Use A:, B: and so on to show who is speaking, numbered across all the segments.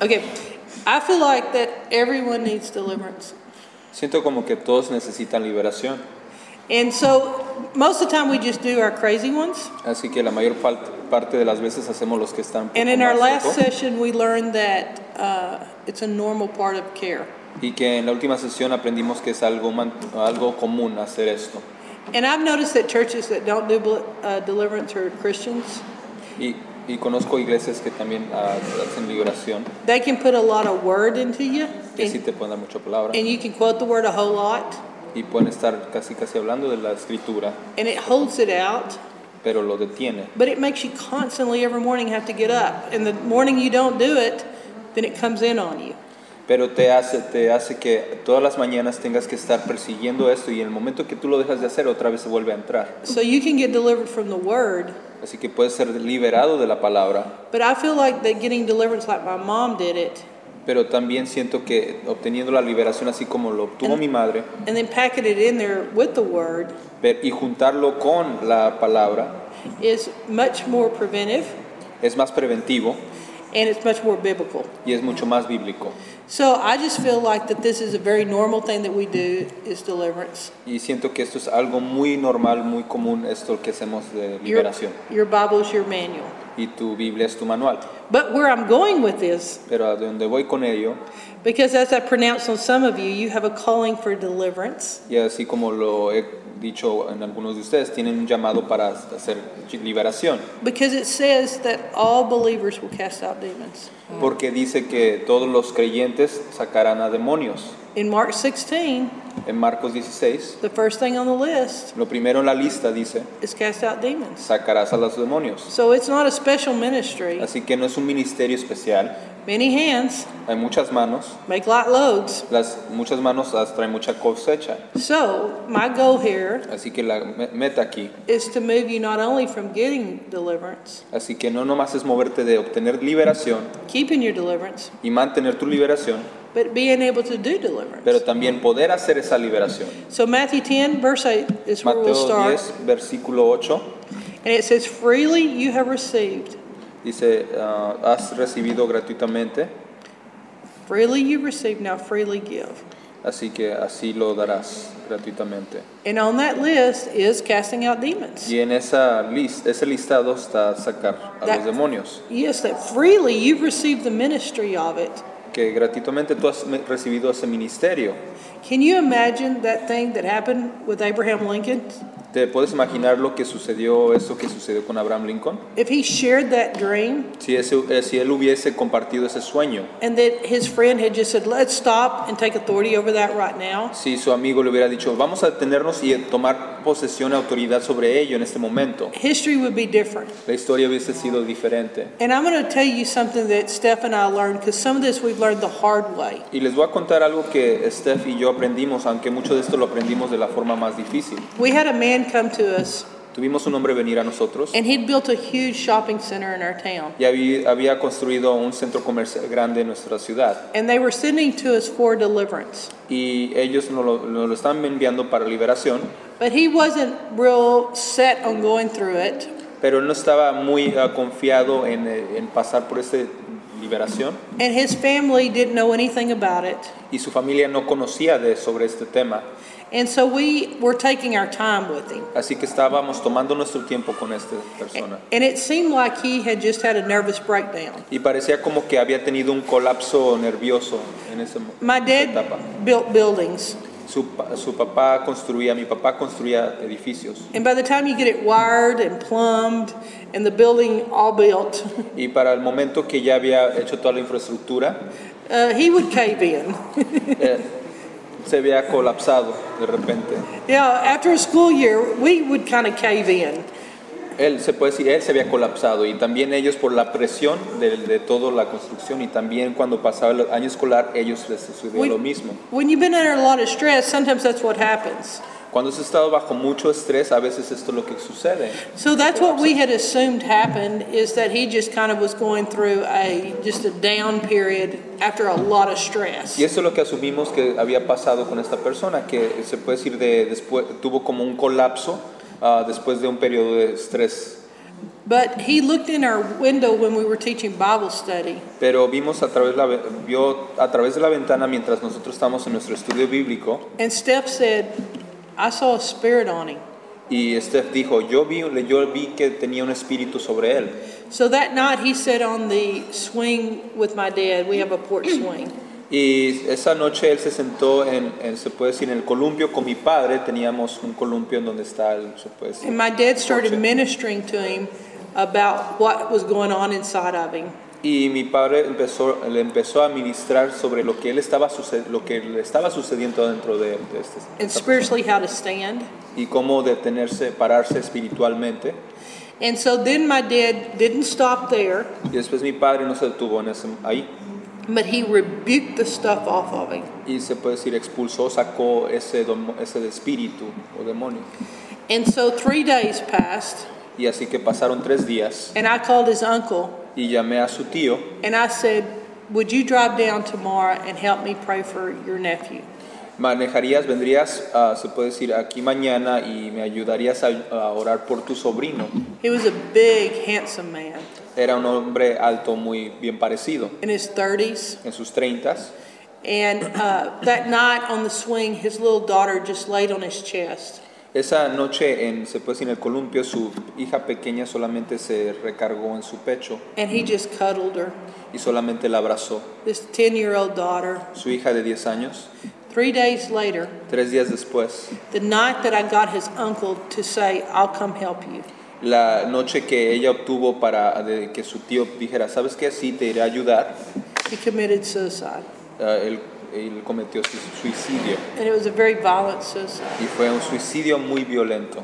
A: Okay, I feel like that everyone needs deliverance.
B: Siento como que todos necesitan liberación,
A: And so most of the time we just do our crazy ones.
B: así que la mayor fal- parte de las veces hacemos los que están un poco
A: And in our
B: más
A: last
B: loco.
A: session, we learned that uh, it's a normal part of care.
B: y que en la última sesión aprendimos que es algo, man- algo común hacer esto.
A: And I've noticed that churches that don't do bl- uh, deliverance are Christians.
B: Y, y conozco iglesias que también ah, hacen liberación,
A: They can put a lot of word into you,
B: que sí
A: and,
B: te pueden dar mucha palabra,
A: and you can quote the word a whole lot,
B: y pueden estar casi casi hablando de la escritura,
A: and it holds it out.
B: pero lo detiene.
A: But it makes you constantly every morning have to get up. And the morning you don't do it, then it comes in on you.
B: Pero te hace, te hace que todas las mañanas tengas que estar persiguiendo esto y en el momento que tú lo dejas de hacer otra vez se vuelve a entrar.
A: So you can get delivered from the word,
B: Así que puedes ser liberado de la palabra,
A: but I feel like that getting deliverance like my mom did it,
B: pero también siento que obteniendo la liberación así como lo obtuvo mi madre
A: and then packing it in there with the word
B: ver- y juntarlo con la palabra
A: is much more preventive
B: es más preventivo
A: and it's much more biblical.
B: y es mucho más bíblico.
A: So I just feel like that this is a very normal thing that we do is deliverance.
B: Y siento que esto es algo muy normal, muy común, esto que hacemos de
A: Your,
B: liberación.
A: your Bible is your manual.
B: Y tu Biblia es tu manual.
A: But where I'm going with this,
B: Pero a donde voy con ello,
A: because as I pronounced on some of you, you have a calling for deliverance.
B: y así como lo he dicho en algunos de ustedes, tienen un llamado para hacer liberación.
A: Because it says that all believers will cast out demons.
B: Porque dice que todos los creyentes sacarán a demonios.
A: In Mark 16,
B: En Marcos 16,
A: the first thing on the list
B: lo primero en la lista dice,
A: is cast out demons.
B: sacarás a los demonios.
A: So it's not a special ministry.
B: Así que no es un ministerio especial.
A: Many hands
B: Hay muchas manos.
A: make light loads.
B: Las muchas manos las traen mucha cosecha.
A: So my goal here
B: Así que la me- meta aquí
A: is to move you not only from getting deliverance,
B: Así que no nomás es moverte de obtener liberación
A: keeping your deliverance,
B: y mantener tu liberación,
A: but being able to do deliverance.
B: pero también poder hacer esa liberación.
A: so Matthew 10, verse 8 is where we'll
B: Mateo
A: start.
B: 10, versículo 8,
A: And it says, Freely you have received.
B: dice, ah, has recibido gratuitamente,
A: Freely you receive, now freely give.
B: así que así lo darás gratuitamente.
A: And on that list is casting out demons.
B: Y en esa lis- ese listado está sacar a
A: That-
B: los demonios,
A: Yes, that freely you've received the ministry of it.
B: que gratuitamente tú has me- recibido ese ministerio.
A: Can you imagine that thing that happened with Abraham Lincoln?
B: ¿Te puedes imaginar lo que sucedió, eso que sucedió con Abraham Lincoln?
A: If he shared that dream
B: Si, ese- eh, si él hubiese compartido ese sueño,
A: and that his friend had just said, let's stop and take authority over that right now,
B: Si su amigo le hubiera dicho, vamos a detenernos y tomar posesión, autoridad sobre ello en este momento,
A: history would be different.
B: la historia hubiese sido diferente.
A: And I'm going to tell you something that Steph and I learned because some of this we've learned the hard way.
B: Y les voy a contar algo que Steph y yo aprendimos, aunque mucho de esto lo aprendimos de la forma más difícil.
A: We had a man come to us
B: Tuvimos un hombre venir a nosotros
A: and he'd built a huge shopping center in our town.
B: y habí- había construido un centro comercial grande en nuestra ciudad.
A: And they were sending to us for deliverance.
B: Y ellos nos lo, nos lo están enviando para liberación,
A: But he wasn't real set on going through it.
B: pero él no estaba muy ah, confiado en, eh, en pasar por esta liberación
A: And his family didn't know anything about it.
B: y su familia no conocía de, sobre este tema.
A: And so we were taking our time with him.
B: Así que estábamos tomando nuestro tiempo con esta persona.
A: Eh, And it seemed like he had just had a nervous breakdown.
B: Y parecía como que había tenido un colapso nervioso en ese mo-
A: My
B: esa etapa.
A: dad built buildings.
B: Su, pa- su papá construía, mi papá construía edificios.
A: And by the time you get it wired and plumbed and the building all built,
B: Y para el momento que ya había hecho toda la infraestructura,
A: uh, he would cave in.
B: eh, se había colapsado de repente.
A: yeah, after a school year, we would kind of cave in.
B: Él, se puede decir, él se había colapsado y también ellos por la presión de, de toda la construcción y también cuando pasaba el año escolar, ellos les sucedió
A: Uy.
B: lo mismo.
A: When you've been under a lot of stress, sometimes that's what happens.
B: Cuando has estado bajo mucho estrés, a veces esto es lo que sucede.
A: So that's what we had assumed happened is that he just kind of was going through a just a down period after a lot of stress.
B: Y eso es lo que asumimos que había pasado con esta persona, que se puede decir de después tuvo como un colapso ah, después de un periodo de estrés.
A: But he looked in our window when we were teaching Bible study,
B: Pero vimos a través, la, ve- vio a través de la ventana mientras nosotros estábamos en nuestro estudio bíblico
A: and Steph said, I saw a spirit on him.
B: y Steph dijo, yo vi, yo vi que tenía un espíritu sobre él.
A: So that night he sat on the swing with my dad. We have a porch swing.
B: Y esa noche él se sentó en, en, se puede decir, en el columpio con mi padre. Teníamos un columpio en donde está el, se puede decir,
A: And my dad started
B: porche.
A: ministering to him about what was going on inside of him.
B: Y mi padre empezó, le empezó a ministrar sobre lo que él estaba suce- lo que le estaba sucediendo dentro de, de este
A: and
B: esta
A: spiritually how to stand.
B: persona. y cómo detenerse, pararse espiritualmente.
A: And so then my dad didn't stop there,
B: Y después mi padre no se detuvo en ese, ahí
A: but he rebuked the stuff off of him.
B: y se puede decir expulsó, sacó ese domo- ese espíritu o demonio.
A: And so three days passed,
B: Y así que pasaron tres días
A: and I called his uncle
B: y llamé a su tío
A: and I said, Would you drive down tomorrow and help me pray for your nephew?
B: Manejarías, vendrías, ah, se puede decir, aquí mañana y me ayudarías a, a orar por tu sobrino.
A: He was a big, handsome man
B: Era un hombre alto, muy bien parecido,
A: in his 30s.
B: en sus treintas.
A: And uh, that night on the swing, his little daughter just laid on his chest.
B: Esa noche, en, se puede decir, en el columpio, su hija pequeña solamente se recargó en su pecho
A: And he just cuddled her,
B: y solamente la abrazó.
A: this 10 year old daughter.
B: Su hija de 10 años,
A: Three days later,
B: tres días después,
A: The night that I got his uncle to say, I'll come help you,
B: la noche que ella obtuvo para de que su tío dijera, ¿sabes qué? Sí, te iré a ayudar,
A: he committed suicide.
B: ah, él, él cometió su- suicidio
A: And it was a very violent suicide.
B: y fue un suicidio muy violento.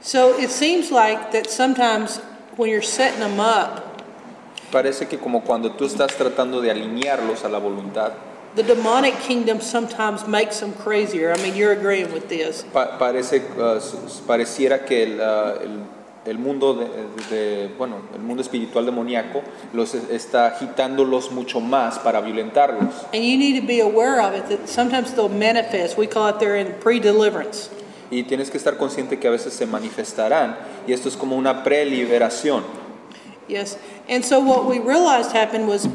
A: So it seems like that sometimes when you're setting them up,
B: Parece que como cuando tú estás tratando de alinearlos a la voluntad,
A: the demonic kingdom sometimes makes them crazier. I mean, you're agreeing with this.
B: pa- parece, uh, s- s- pareciera que el, uh, el- el mundo de, de- bueno, el mundo espiritual demoníaco los e- está agitándolos mucho más para violentarlos.
A: And you need to be aware of it that sometimes they'll manifest. We call it they're in pre deliverance.
B: Y tienes que estar consciente que a veces se manifestarán y esto es como una preliberación.
A: Yes. And so what we realized happened was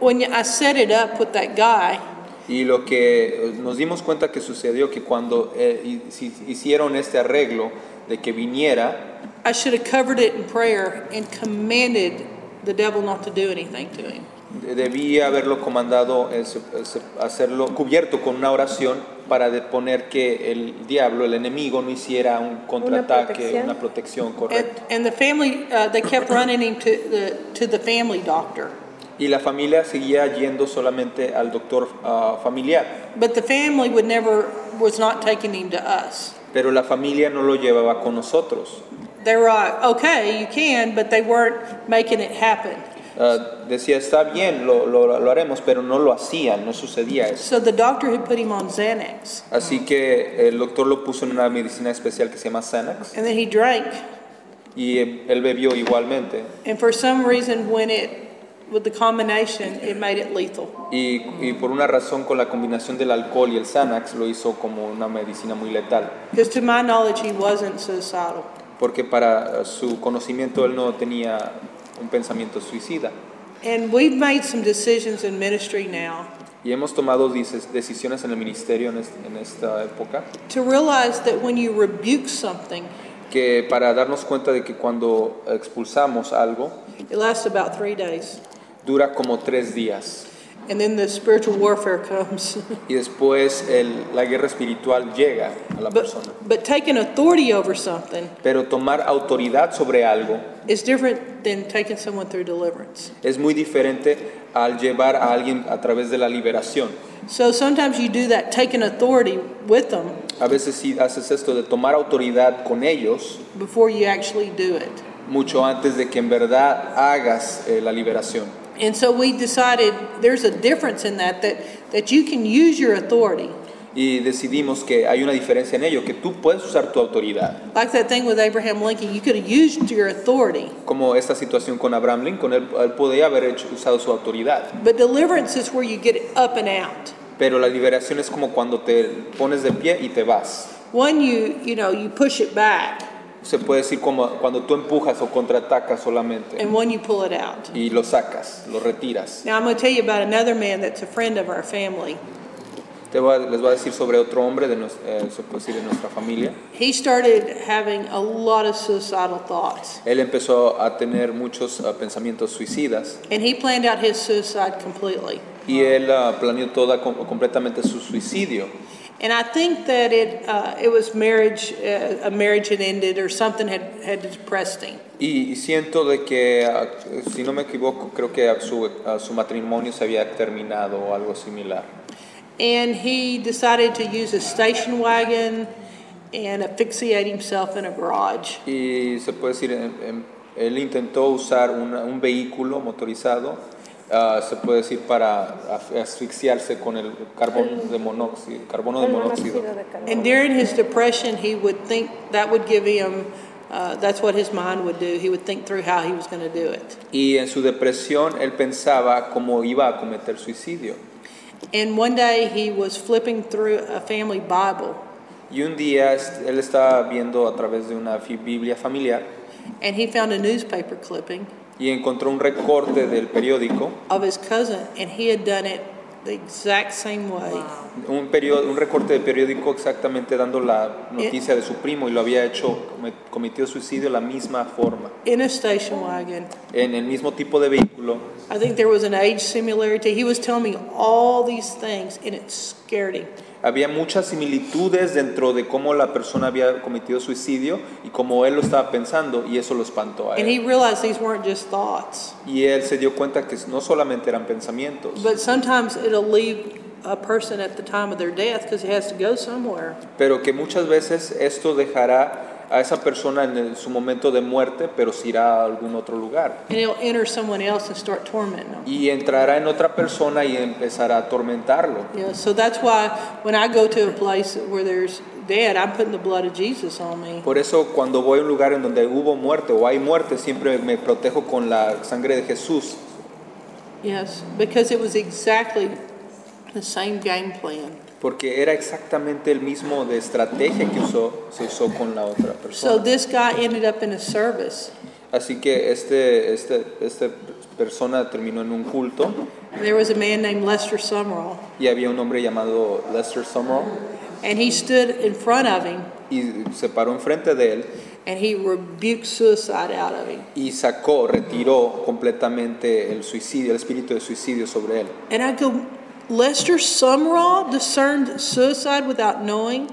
A: when I set it up with that guy,
B: Y lo que eh, nos dimos cuenta que sucedió que cuando eh, hi- si- hicieron este arreglo de que viniera,
A: I should have covered it in prayer and commanded the devil not to do anything to him.
B: Debía haberlo comandado, es- es- hacerlo cubierto con una oración para deponer que el diablo, el enemigo, no hiciera un contraataque,
C: protección.
B: una protección,
A: And,
B: correcta.
A: and the family, uh, they kept running him to the, to the family doctor.
B: Y la familia seguía yendo solamente al doctor ah, familiar,
A: But the family would never, was not taking him to us.
B: pero la familia no lo llevaba con nosotros.
A: They were like, okay, you can, but they weren't making it happen.
B: Ah, decía, está bien, lo, lo- lo haremos, pero no lo hacían, no sucedía eso.
A: So the doctor had put him on Xanax.
B: Así que el doctor lo puso en una medicina especial que se llama Xanax
A: And then he drank.
B: y eh, él bebió igualmente.
A: And for some reason, when it, with the combination, it made it lethal.
B: Y, y por una razón con la combinación del alcohol y el Xanax lo hizo como una medicina muy letal,
A: Because to my knowledge, he wasn't suicidal.
B: porque para eh, su conocimiento él no tenía un pensamiento suicida.
A: And we've made some decisions in ministry now
B: Y hemos tomado dices- decisiones en el ministerio en, es- en esta época,
A: to realize that when you rebuke something,
B: que para darnos cuenta de que cuando expulsamos algo,
A: it lasts about three days.
B: dura como tres días.
A: And then the spiritual warfare comes.
B: Y después el- la guerra espiritual llega a la persona.
A: but, but taking authority over something
B: Pero tomar autoridad sobre algo
A: is different than taking someone through deliverance.
B: es muy diferente al llevar a alguien a través de la liberación.
A: So sometimes you do that, taking authority with them
B: A veces sí haces esto de tomar autoridad con ellos
A: before you actually do it.
B: mucho antes de que en verdad hagas eh, la liberación.
A: And so we decided there's a difference in that, that, that you can use your authority.
B: Y decidimos que hay una diferencia en ello, que tú puedes usar tu autoridad.
A: Like that thing with Abraham Lincoln, you could have used your authority.
B: Como esta situación con Abraham Lincoln, él, él podía haber hecho- usado su autoridad.
A: But deliverance is where you get up and out.
B: Pero la liberación es como cuando te pones de pie y te vas.
A: One, you you know you push it back,
B: se puede decir como cuando tú empujas o contraatacas solamente
A: and one you pull it out.
B: y lo sacas, lo retiras.
A: Now I'm going to tell you about another man that's a friend of our family.
B: Te voy a- les voy a decir sobre otro hombre de, nos- eh, se puede decir de nuestra familia.
A: He started having a lot of suicidal thoughts,
B: Él empezó a tener muchos ah, pensamientos suicidas
A: and he planned out his suicide completely.
B: y él ah, planeó toda com- completamente su suicidio.
A: And I think that it uh, it was marriage, uh, a marriage had ended, or something had had depressed him.
B: Y, y siento de que, ah, si no me equivoco, creo que a su, a su matrimonio se había terminado o algo similar.
A: And he decided to use a station wagon and asphyxiate himself in a garage.
B: Y se puede decir, em- em- él intentó usar una- un vehículo motorizado, ah, se puede decir, para af- asfixiarse con el carbón de monóxido, carbono de
C: El
B: monóxido.
C: monóxido de carbono.
A: And during his depression, he would think that would give him, uh, that's what his mind would do. He would think through how he was going to do it.
B: Y en su depresión él pensaba cómo iba a cometer suicidio.
A: And one day he was flipping through a family Bible
B: Y un día est- él estaba viendo a través de una fi- Biblia familiar
A: and he found a newspaper clipping
B: y encontró un recorte del periódico,
A: of his cousin and he had done it the exact same way.
B: un, perio- un recorte del periódico exactamente dando la noticia de su primo y lo había hecho, come- cometió suicidio de la misma forma.
A: In a station wagon.
B: en el mismo tipo de vehículo
A: I think there was an age similarity. He was telling me all these things and it scared him.
B: había muchas similitudes dentro de cómo la persona había cometido suicidio y cómo él lo estaba pensando y eso lo espantó a
A: And he
B: él.
A: realized these weren't just thoughts,
B: Y él se dio cuenta que no solamente eran pensamientos,
A: but sometimes it'll leave a person at the time of their death because it has to go somewhere.
B: pero que muchas veces esto dejará a esa persona en el- su momento de muerte, pero se irá a algún otro lugar.
A: And it'll enter someone else and start tormenting them.
B: Y entrará en otra persona y empezará a atormentarlo.
A: You know, so that's why when I go to a place where there's dead, I'm putting the blood of Jesus on me.
B: Por eso cuando voy a un lugar en donde hubo muerte o hay muerte, siempre me protejo con la sangre de Jesús,
A: Yes, because it was exactly the same game plan.
B: porque era exactamente el mismo de estrategia que usó, se usó con la otra
A: So
B: persona.
A: this guy ended up in a service.
B: Así que este, este, esta persona terminó en un culto
A: There was a man named Lester Summerall,
B: y había un hombre llamado Lester Summerall
A: and he stood in front of him
B: y se paró enfrente de él
A: and he rebuked suicide out of him.
B: y sacó, retiró completamente el suicidio, el espíritu de suicidio sobre él.
A: And I go, Lester Summerall discerned suicide without knowing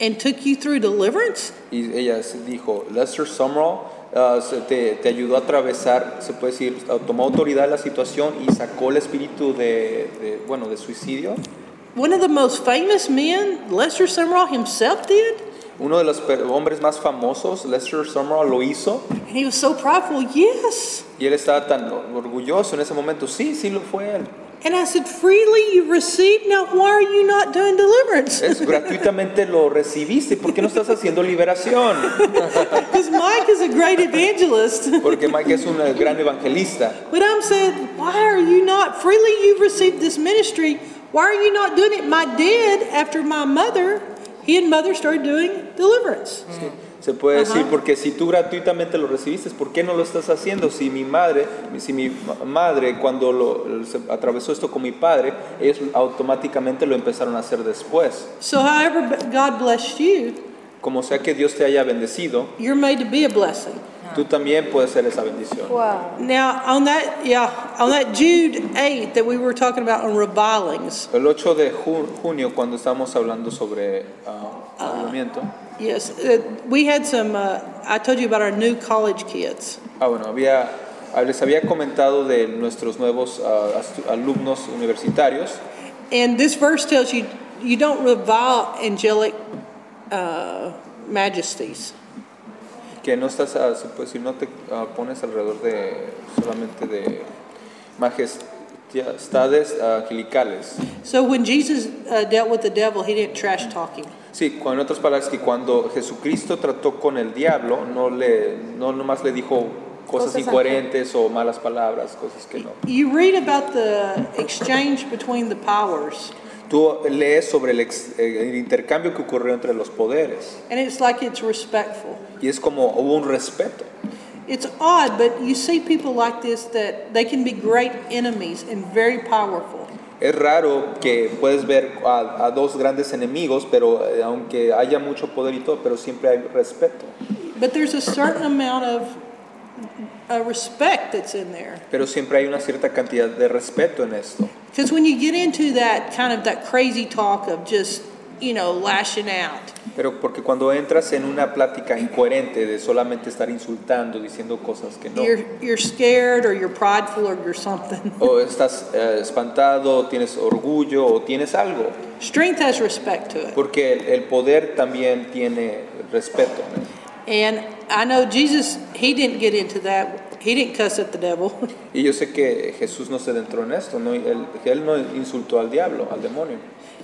A: and took you through deliverance?
B: Y ella se dijo, Lester Summerall ah, se- te, te ayudó a atravesar, se puede decir, tomó autoridad de la situación y sacó el espíritu de, de, bueno, de suicidio.
A: One of the most famous men, Lester Summerall himself did?
B: Uno de los per- hombres más famosos, Lester Summerall, lo hizo
A: And he was so prideful, yes.
B: y él estaba tan o- orgulloso en ese momento. Sí, sí lo fue él.
A: And I said, freely you received, now why are you not doing deliverance?
B: Es, gratuitamente lo recibiste. ¿Por qué no estás haciendo liberación?
A: Because Mike is a great evangelist.
B: Porque Mike es un eh, gran evangelista.
A: But I'm saying, why are you not freely you've received this ministry? Why are you not doing it? My dad, after my mother, he and mother started doing deliverance.
B: Se puede decir,
A: Ajá.
B: porque si tú gratuitamente lo recibiste, ¿por qué no lo estás haciendo? Si mi madre, si mi ma- madre cuando lo, se atravesó esto con mi padre, ellos automáticamente lo empezaron a hacer después.
A: So, however b- God blessed you,
B: Como sea que Dios te haya bendecido,
A: you're made to be a blessing.
B: tú también puedes ser esa bendición.
C: Wow.
A: Now, on that, yeah, on that Jude 8 that we were talking about on revilings,
B: El 8 de ju- junio, cuando estábamos hablando sobre ah, avivamiento,
A: yes, uh, we had some, uh, I told you about our new college kids.
B: ah, bueno, había, ah, les había comentado de nuestros nuevos ah, astu- alumnos universitarios
A: And this verse tells you, you don't revile angelic uh, majesties.
B: que no estás, ah, se puede decir, no te ah, pones alrededor de solamente de majestades angelicales.
A: So when Jesus uh, dealt with the devil, he didn't trash talk him.
B: Sí, con otras palabras, que cuando Jesucristo trató con el diablo, no le, no nomás le dijo cosas
C: Cosas
B: incoherentes o malas palabras, cosas que no.
A: You read about the exchange between the powers,
B: Tú lees sobre el, ex- eh, el intercambio que ocurrió entre los poderes
A: and it's like it's respectful.
B: y es como hubo un respeto.
A: It's odd, but you see people like this that they can be great enemies and very powerful.
B: Es raro que puedes ver a, a dos grandes enemigos, pero eh, aunque haya mucho poder y todo, pero siempre hay respeto.
A: But there's a certain amount of uh, respect that's in there.
B: Pero siempre hay una cierta cantidad de respeto en esto.
A: Because when you get into that kind of that crazy talk of just, you know, lashing out,
B: Pero porque cuando entras en una plática incoherente de solamente estar insultando, diciendo cosas que no,
A: you're, you're scared or you're prideful or you're something.
B: o estás eh, espantado, o tienes orgullo, o tienes algo,
A: Strength has respect to it.
B: porque el, el poder también tiene respeto.
A: And I know Jesus, he didn't get into that. He didn't cuss at the devil.
B: Y yo sé que Jesús no se adentró en esto, ¿no? Él, él no insultó al diablo, al demonio.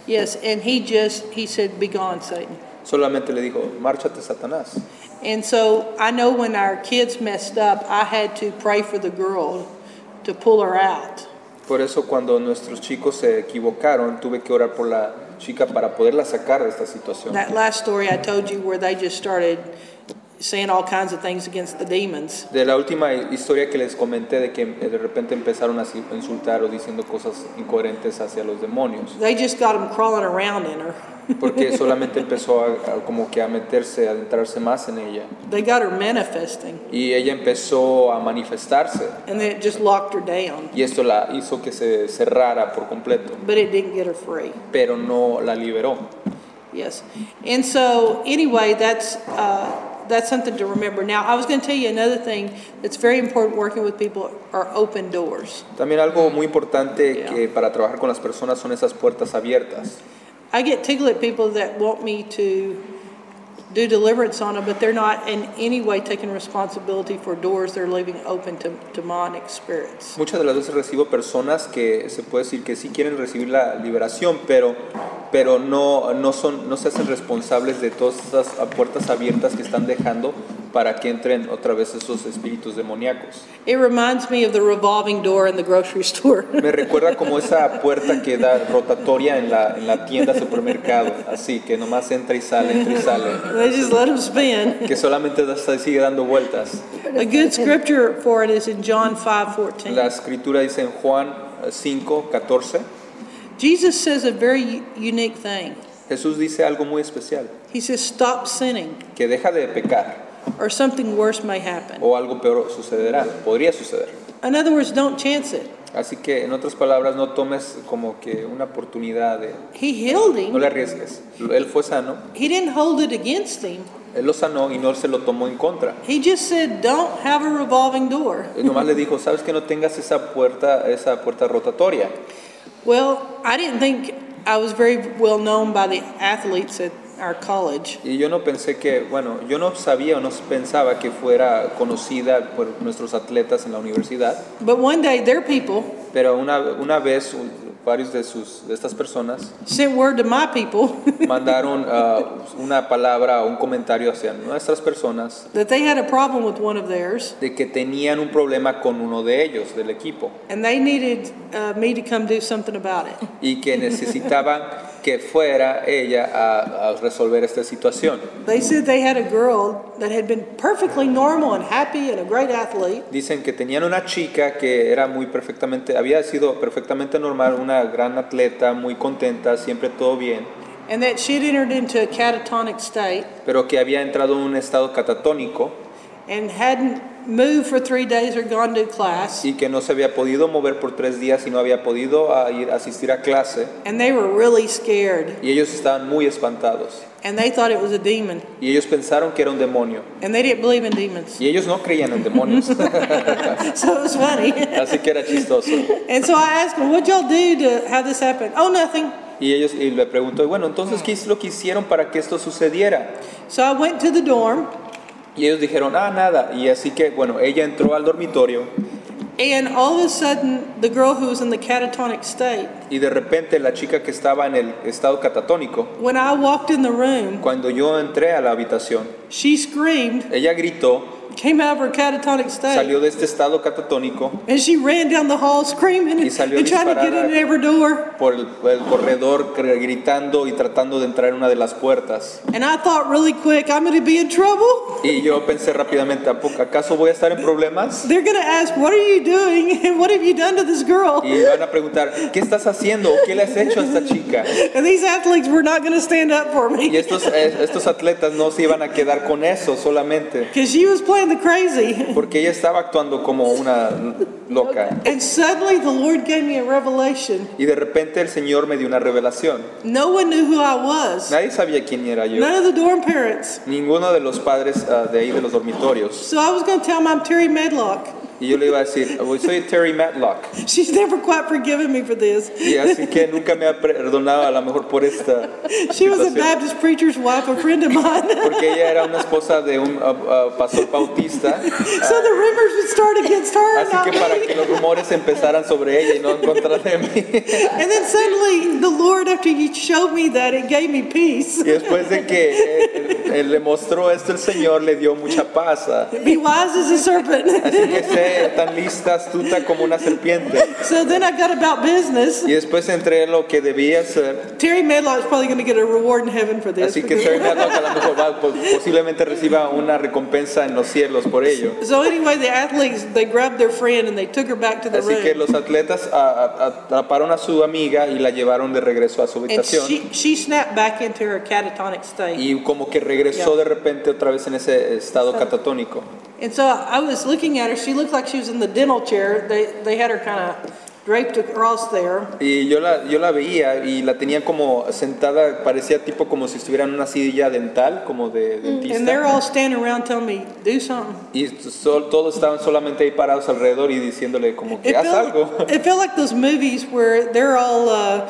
A: yes, and he just, he said, Be gone, Satan.
B: Solamente le dijo, márchate Satanás.
A: And so I know when our kids messed up, I had to pray for the girl to pull her out.
B: Por eso cuando nuestros chicos se equivocaron, tuve que orar por la chica para poderla sacar de esta situación.
A: That last story I told you where they just started saying all kinds of things against the demons.
B: De la última historia que les comenté de que eh, de repente empezaron a insultar o diciendo cosas incoherentes hacia los demonios,
A: They just got them crawling around in her.
B: porque solamente empezó a, a como que a meterse, a adentrarse más en ella.
A: They got her manifesting,
B: Y ella empezó a manifestarse
A: and then it just locked her down.
B: y esto la hizo que se cerrara por completo,
A: But it didn't get her free.
B: pero no la liberó.
A: Yes. And so, anyway, that's, uh, that's something to remember. Now, I was going to tell you another thing that's very important working with people are open doors.
B: También algo muy importante
A: Yeah.
B: que para trabajar con las personas son esas puertas abiertas.
A: I get tickled at people that want me to do deliverance on them, but they're not in any way taking responsibility for doors they're leaving open to demonic spirits.
B: Muchas de las veces recibo personas que se puede decir que sí quieren recibir la liberación, pero, pero no, no, son, no se hacen responsables de todas esas puertas abiertas que están dejando para que entren otra vez esos espíritus demoníacos.
A: It reminds me of the revolving door in the grocery store.
B: Me recuerda como esa puerta que da rotatoria en la, en la tienda supermercado, así que nomás entra y sale, entra y sale,
A: they just let them spin.
B: que solamente da- sigue dando vueltas.
A: A good scripture for it is in John 5:14.
B: La escritura dice en Juan 5, 14,
A: Jesus says a very u- unique thing.
B: Jesús dice algo muy especial,
A: He says, "Stop sinning,
B: que deja de pecar.
A: or something worse may happen."
B: o algo peor sucederá, podría suceder.
A: In other words, don't chance it.
B: Así que, en otras palabras, no tomes como que una oportunidad de...
A: He healed
B: No le
A: him.
B: arriesgues. Él fue sano,
A: He didn't hold it against him.
B: él lo sanó y no se lo tomó en contra.
A: He just said, "Don't have a revolving door."
B: Él nomás le dijo, sabes que no tengas esa puerta, esa puerta rotatoria.
A: Well, I didn't think I was very well known by the athletes at our college.
B: Y yo no pensé que, bueno, yo no sabía o no pensaba que fuera conocida por nuestros atletas en la universidad,
A: But one day, their people
B: pero una, una vez un- varios de, sus, de estas personas
A: sent word to my people
B: mandaron ah, una palabra o un comentario hacia nuestras personas
A: that they had a problem with one of theirs,
B: de que tenían un problema con uno de ellos del equipo
A: and they needed uh, me to come do something about it.
B: y que necesitaban que fuera ella a, a resolver esta situación.
A: They said they had a girl that had been perfectly normal and happy and a great athlete,
B: Dicen que tenían una chica que era muy perfectamente, había sido perfectamente normal, una gran atleta, muy contenta, siempre todo bien,
A: and that she'd entered into a catatonic state
B: pero que había entrado en un estado catatónico
A: and hadn't moved for three days or gone to class,
B: y que no se había podido mover por tres días y no había podido a ir- asistir a clase
A: and they were really scared,
B: y ellos estaban muy espantados
A: and they thought it was a demon,
B: y ellos pensaron que era un demonio
A: and they didn't believe in demons.
B: y ellos no creían en demonios,
A: So it was funny.
B: así que era chistoso.
A: and so I asked them, "What'd y'all do to have this happen?" Oh, nothing.
B: Y ellos y le preguntó, bueno, entonces, ¿qué es lo que hicieron para que esto sucediera?
A: So I went to the dorm,
B: Y ellos dijeron, ah, nada. Y así que, bueno, ella entró al dormitorio
A: and all of a sudden, the girl who was in the catatonic state,
B: y de repente la chica que estaba en el estado catatónico,
A: when I walked in the room,
B: cuando yo entré a la habitación,
A: she screamed.
B: ella gritó
A: came out of her catatonic state.
B: salió de este estado catatónico
A: And she ran down the hall screaming
B: Y
A: and,
B: salió
A: and trying to get
B: disparada.
A: in every door.
B: por el, por el corredor cre- gritando y tratando de entrar en una de las puertas.
A: And I thought really quick, I'm going to be in trouble.
B: Y yo pensé rápidamente, "¿A poco- ¿acaso voy a estar en problemas?
A: They're going to ask, What are you doing? And what have you done to this girl?
B: Y van a preguntar, ¿qué estás haciendo? ¿Qué le has hecho a esta chica?
A: And these athletes were not going to stand up for
B: Y
A: me
B: estos, eh, estos atletas no se iban a quedar con eso solamente,
A: because she was playing the crazy.
B: porque ella estaba actuando como una loca.
A: And suddenly the Lord gave me a revelation.
B: Y de repente el Señor me dio una revelación.
A: No one knew who I was.
B: Nadie sabía quién era yo.
A: None of the dorm parents.
B: Ninguno de los padres ah, de ahí de los dormitorios.
A: So I was going to tell them I'm Terry Medlock.
B: Y yo le iba a decir, "Oh, soy Terry Matlock.
A: She's never quite forgiven me for this.
B: Y así que nunca me ha perdonado a lo mejor por esta
A: She was a
B: situación.
A: Baptist preacher's wife, a friend of mine.
B: Porque ella era una esposa de un ah, ah, pastor
A: so
B: bautista.
A: the rumors would start against her, and
B: Así
A: not
B: que para
A: me.
B: que los rumores empezaran sobre ella y no en contra de mí.
A: And then suddenly, the Lord, after He showed me that, it gave me peace.
B: Y después de que eh, eh, le mostró esto el Señor, le dio mucha paz. ah.
A: Be wise as a serpent.
B: Así que sé tan lista, astuta como una serpiente.
A: so then I got about business.
B: Y después entré en lo que debía hacer.
A: Terry Medlock's probably going to get a reward in heaven for this.
B: Así que
A: because-
B: Terry Matlock a lo mejor va- pos- posiblemente reciba una recompensa en los cielos por ello.
A: so anyway, the athletes they grabbed their friend and they took her back to the
B: Así que
A: room.
B: los atletas a- a- atraparon a su amiga y la llevaron de regreso a su
A: And
B: habitación.
A: she, she snapped back into her catatonic state.
B: Y como que regresó de repente otra vez en ese estado catatónico.
A: And so I was looking at her. She looked like she was in the dental chair. They, they had her kind of draped across there.
B: Y yo la, yo la veía y la tenía como sentada, parecía tipo como si estuviera en una silla dental, como de
A: And they're
B: dentista.
A: all standing around telling me, do something.
B: Y so- todos estaban solamente ahí parados alrededor y diciéndole como que
A: It
B: haz
A: felt,
B: algo.
A: it felt like those movies where they're all uh,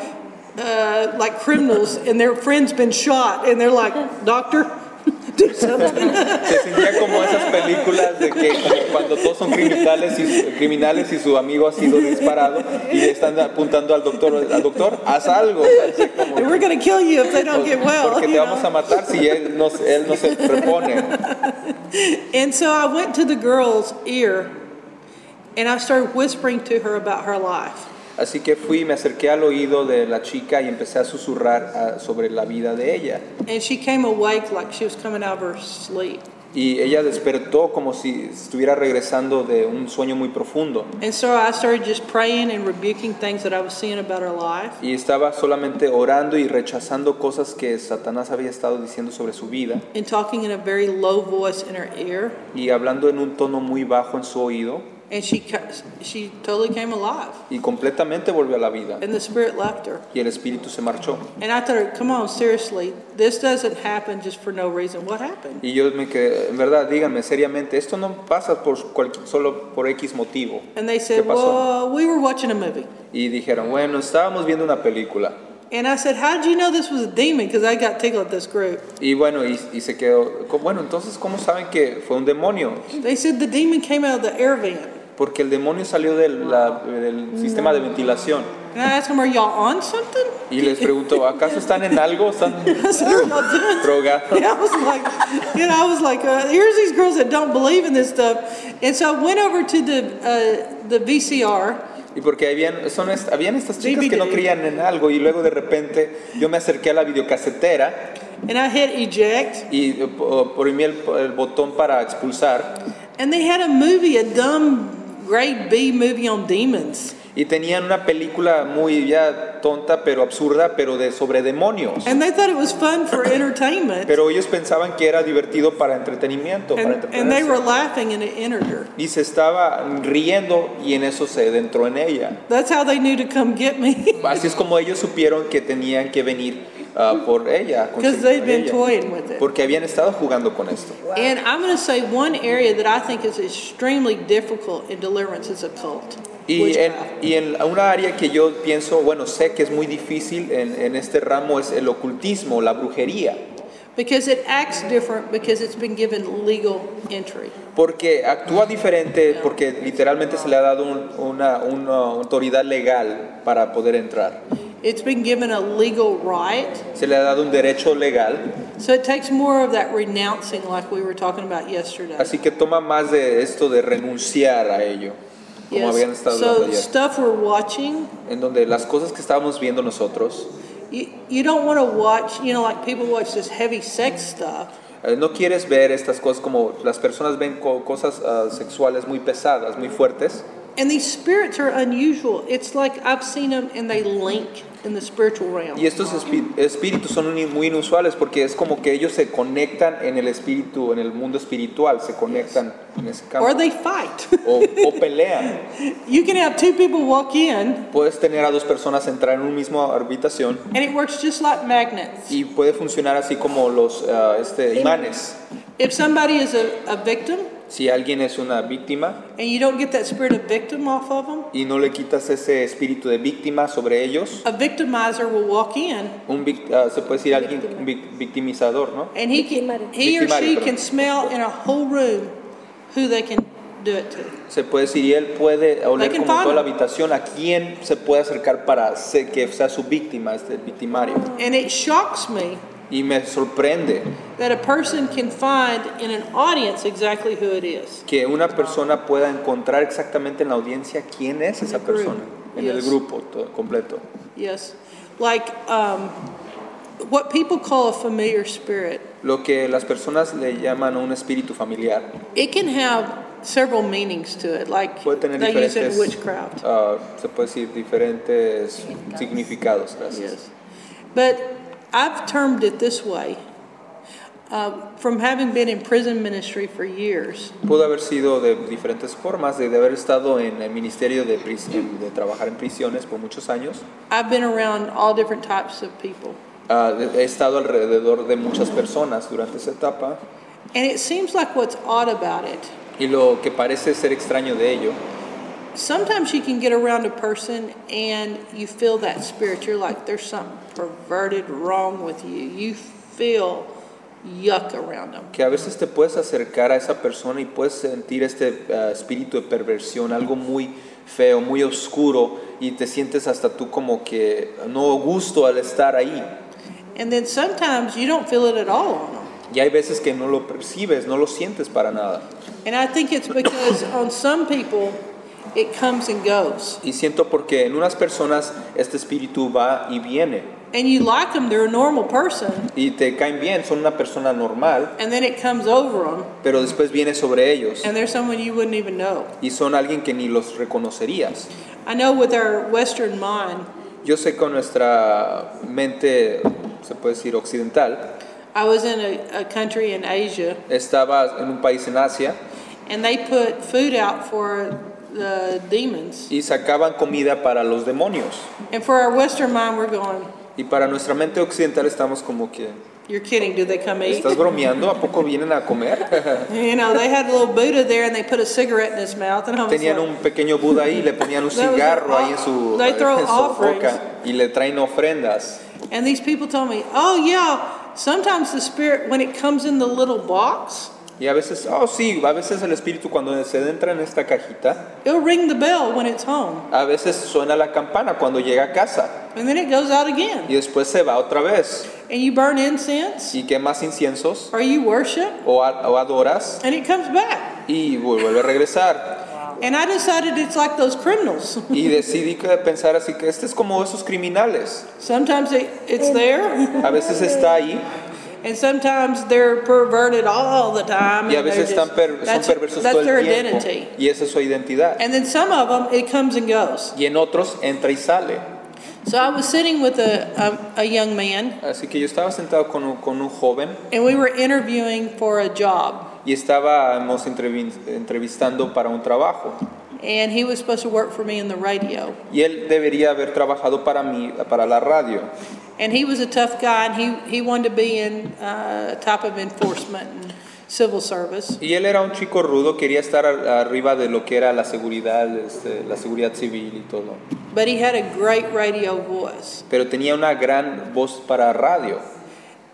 A: uh, like criminals and their friend's been shot and they're like, doctor, do something.
B: Se sentía como esas películas de que como cuando todos son criminales y, criminales y su amigo ha sido disparado y le están apuntando al doctor, al doctor, haz algo. O sea, así como,
A: And we're going to kill you if they don't get well.
B: porque
A: you
B: te vamos a
A: know?
B: matar si él no, él no se repone.
A: And so I went to the girl's ear and I started whispering to her about her life.
B: Así que fui, me acerqué al oído de la chica y empecé a susurrar ah, sobre la vida de ella.
A: And she came awake like she was coming out of her sleep
B: Y ella despertó como si estuviera regresando de un sueño muy profundo.
A: And so I started just praying and rebuking things that I was seeing about her life.
B: Y estaba solamente orando y rechazando cosas que Satanás había estado diciendo sobre su vida.
A: And talking in a very low voice in her ear,
B: y hablando en un tono muy bajo en su oído
A: and she ca- she totally came alive,
B: y completamente volvió a la vida
A: and the spirit left her.
B: y el espíritu se marchó.
A: And I told her, "Come on, seriously, this doesn't happen just for no reason. What happened?"
B: Y yo me quedé, en verdad, díganme seriamente, esto no pasa por cual- solo por X motivo.
A: And they said,
B: ¿Qué pasó?
A: "Well, we were watching a movie."
B: Y dijeron, bueno, estábamos viendo una película.
A: And I said, "How did you know this was a demon?" Because I got tickled at this group.
B: Y bueno, y, y se quedó, "Co- bueno, entonces, ¿cómo saben que fue un demonio?
A: They said the demon came out of the air vent.
B: Porque el demonio salió del, la- del sistema de ventilación.
A: And I asked them, "Are y'all on something?"
B: Y les preguntó, ¿acaso están en algo? ¿Están
A: I said, "Are y'all doing
B: drogados?
A: And I was like, you know, I was like, uh, here's these girls that don't believe in this stuff. And so I went over to the uh, the VCR,
B: Y porque habían, son, est- habían estas chicas que no
A: DVD.
B: creían en algo y luego de repente yo me acerqué a la videocasetera
A: and I hit eject,
B: y eh, po- oprimí el, el botón para expulsar
A: and they had a movie, a dumb grade B movie on demons.
B: y tenían una película muy ya tonta pero absurda pero de sobre demonios.
A: And they thought it was fun for entertainment,
B: Pero ellos pensaban que era divertido para entretenimiento, para
A: and, and they
B: entretenerse.
A: were laughing, and it entered her.
B: Y se estaba riendo y en eso se adentró en ella.
A: That's how they knew to come get me,
B: Así es como ellos supieron que tenían que venir ah, por ella, a
A: because
B: conseguir
A: they'd
B: a
A: been
B: ella,
A: toying with it.
B: porque habían estado jugando con esto.
A: And I'm going to say one area that I think is extremely difficult in deliverance is a cult.
B: Y en,
A: witchcraft.
B: y en una área que yo pienso, bueno, sé que es muy difícil en, en este ramo es el ocultismo, la brujería,
A: Because it acts different because it's been given legal entry.
B: porque actúa diferente, porque literalmente se le ha dado un- una, una autoridad legal para poder entrar.
A: It's been given a legal right.
B: Se le ha dado un derecho legal
A: So it takes more of that renouncing, like we were talking about yesterday.
B: Así que toma más de esto de renunciar a ello, como
A: Yes.
B: habían estado hablando
A: so
B: ayer.
A: stuff we're watching,
B: En donde las cosas que estábamos viendo nosotros,
A: you, you don't want to watch, you know, like people watch this heavy sex stuff.
B: eh, no quieres ver estas cosas como las personas ven co- cosas ah, sexuales muy pesadas, muy fuertes.
A: And these spirits are unusual. It's like I've seen them and they link in the spiritual realm.
B: Y estos espi- espíritus son uni- muy inusuales porque es como que ellos se conectan en el espíritu, en el mundo espiritual, se conectan en ese
A: Or
B: campo.
A: they fight.
B: O, o pelean.
A: you can have two people walk in
B: Puedes tener a dos personas entrar en una misma habitación
A: and it works just like magnets.
B: y puede funcionar así como los ah, este, imanes.
A: If somebody is a, a victim
B: Si alguien es una víctima,
A: and you don't get that spirit of victim off of them,
B: y no le quitas ese espíritu de víctima sobre ellos,
A: a victimizer will walk in
B: un vic- ah, se puede decir alguien un vic- victimizador, ¿no?
A: And he can,
C: Victimario.
A: he or she
B: Victimario,
A: can
B: perdón.
A: smell in a whole room who they can do it to.
B: Se puede decir, y él puede oler
A: Like in
B: como toda la
A: Fano.
B: habitación a quién se puede acercar para se- que sea su víctima, este victimario.
A: And it shocks me
B: Y me sorprende
A: that a person can find in an audience exactly who it is.
B: que una persona pueda encontrar exactamente en la audiencia quién es esa
A: the group,
B: persona, en el
A: yes.
B: grupo todo- completo.
A: Yes. Like um, what people call a familiar spirit,
B: Lo que las personas le llaman un espíritu familiar
A: it can have several meanings to it, like
B: puede tener
A: they use it
B: diferentes,
A: in witchcraft.
B: ah, se puede decir diferentes significados. Gracias.
A: Yes. But I've termed it this way uh, from having been in prison ministry for years.
B: Pudo haber sido de diferentes formas, de, de haber estado en el ministerio de, pris- en- de trabajar en prisiones por muchos años.
A: I've been around all different types of people.
B: Ah, de- he estado alrededor de muchas personas durante esa etapa
A: And it seems like what's odd about it,
B: y lo que parece ser extraño de ello,
A: sometimes you can get around a person and you feel that spirit. You're like, there's something perverted wrong with you. You feel yuck around them.
B: que a veces te puedes acercar a esa persona y puedes sentir este ah, espíritu de perversión, algo muy feo, muy oscuro y te sientes hasta tú como que no gusto al estar ahí.
A: And then sometimes you don't feel it at all on them.
B: Y hay veces que no lo percibes, no lo sientes para nada.
A: And I think it's because on some people, it comes and goes.
B: Y siento porque en unas personas este espíritu va y viene
A: And you like them, they're a normal person,
B: y te caen bien, son una persona normal,
A: and then it comes over them,
B: pero después viene sobre ellos
A: and they're someone you wouldn't even know.
B: y son alguien que ni los reconocerías.
A: I know with our Western mind,
B: Yo sé con nuestra mente, se puede decir occidental,
A: I was in a, a country in Asia,
B: estaba en un país en Asia
A: and they put food out for the demons.
B: y sacaban comida para los demonios.
A: And for our Western mind, we're going,
B: Y para nuestra mente occidental estamos como que,
A: "You're kidding? Do they come eat?"
B: ¿estás bromeando? ¿A poco vienen a comer?
A: You know, they had a little Buddha there, and they put a cigarette in his mouth, and I was
B: Tenían
A: like,
B: un pequeño Buda ahí y le ponían un
A: That was
B: cigarro
A: their
B: ahí en su,
A: they throw
B: en su
A: offerings.
B: boca y le traen ofrendas.
A: and these people told me, "Oh yeah, sometimes the spirit when it comes in the little box,
B: Y a veces, oh sí, a veces el espíritu cuando se adentra en esta cajita,
A: it'll ring the bell when it's home,
B: a veces suena la campana cuando llega a casa
A: and then it goes out again,
B: y después se va otra vez.
A: and you burn incense
B: Y quemas inciensos
A: or you worship,
B: o, a- o adoras
A: and it comes back."
B: y vu- vuelve a regresar.
A: And I decided it's like those criminals.
B: Y decidí que pensar así que este es como esos criminales.
A: Sometimes it, it's there,
B: A veces está ahí
A: and sometimes they're perverted all the time.
B: y a
A: and they're
B: veces están
A: just-
B: per- son
A: that's,
B: perversos
A: that's
B: todo
A: their
B: el
A: identity.
B: tiempo. Y esa es su identidad.
A: And then some of them, it comes and goes.
B: Y en otros entra y sale.
A: So I was sitting with a, a, a young man,
B: Así que yo estaba sentado con un, con un joven
A: and we were interviewing for a job,
B: y estábamos entrevin- entrevistando para un trabajo.
A: and he was supposed to work for me in the radio.
B: Y él debería haber trabajado para mí, para la radio.
A: And he was a tough guy, and he, he wanted to be in uh, type of enforcement and civil service.
B: Y él era un chico rudo, quería estar a- arriba de lo que era la seguridad, este, la seguridad civil y todo.
A: But he had a great radio voice.
B: Pero tenía una gran voz para radio.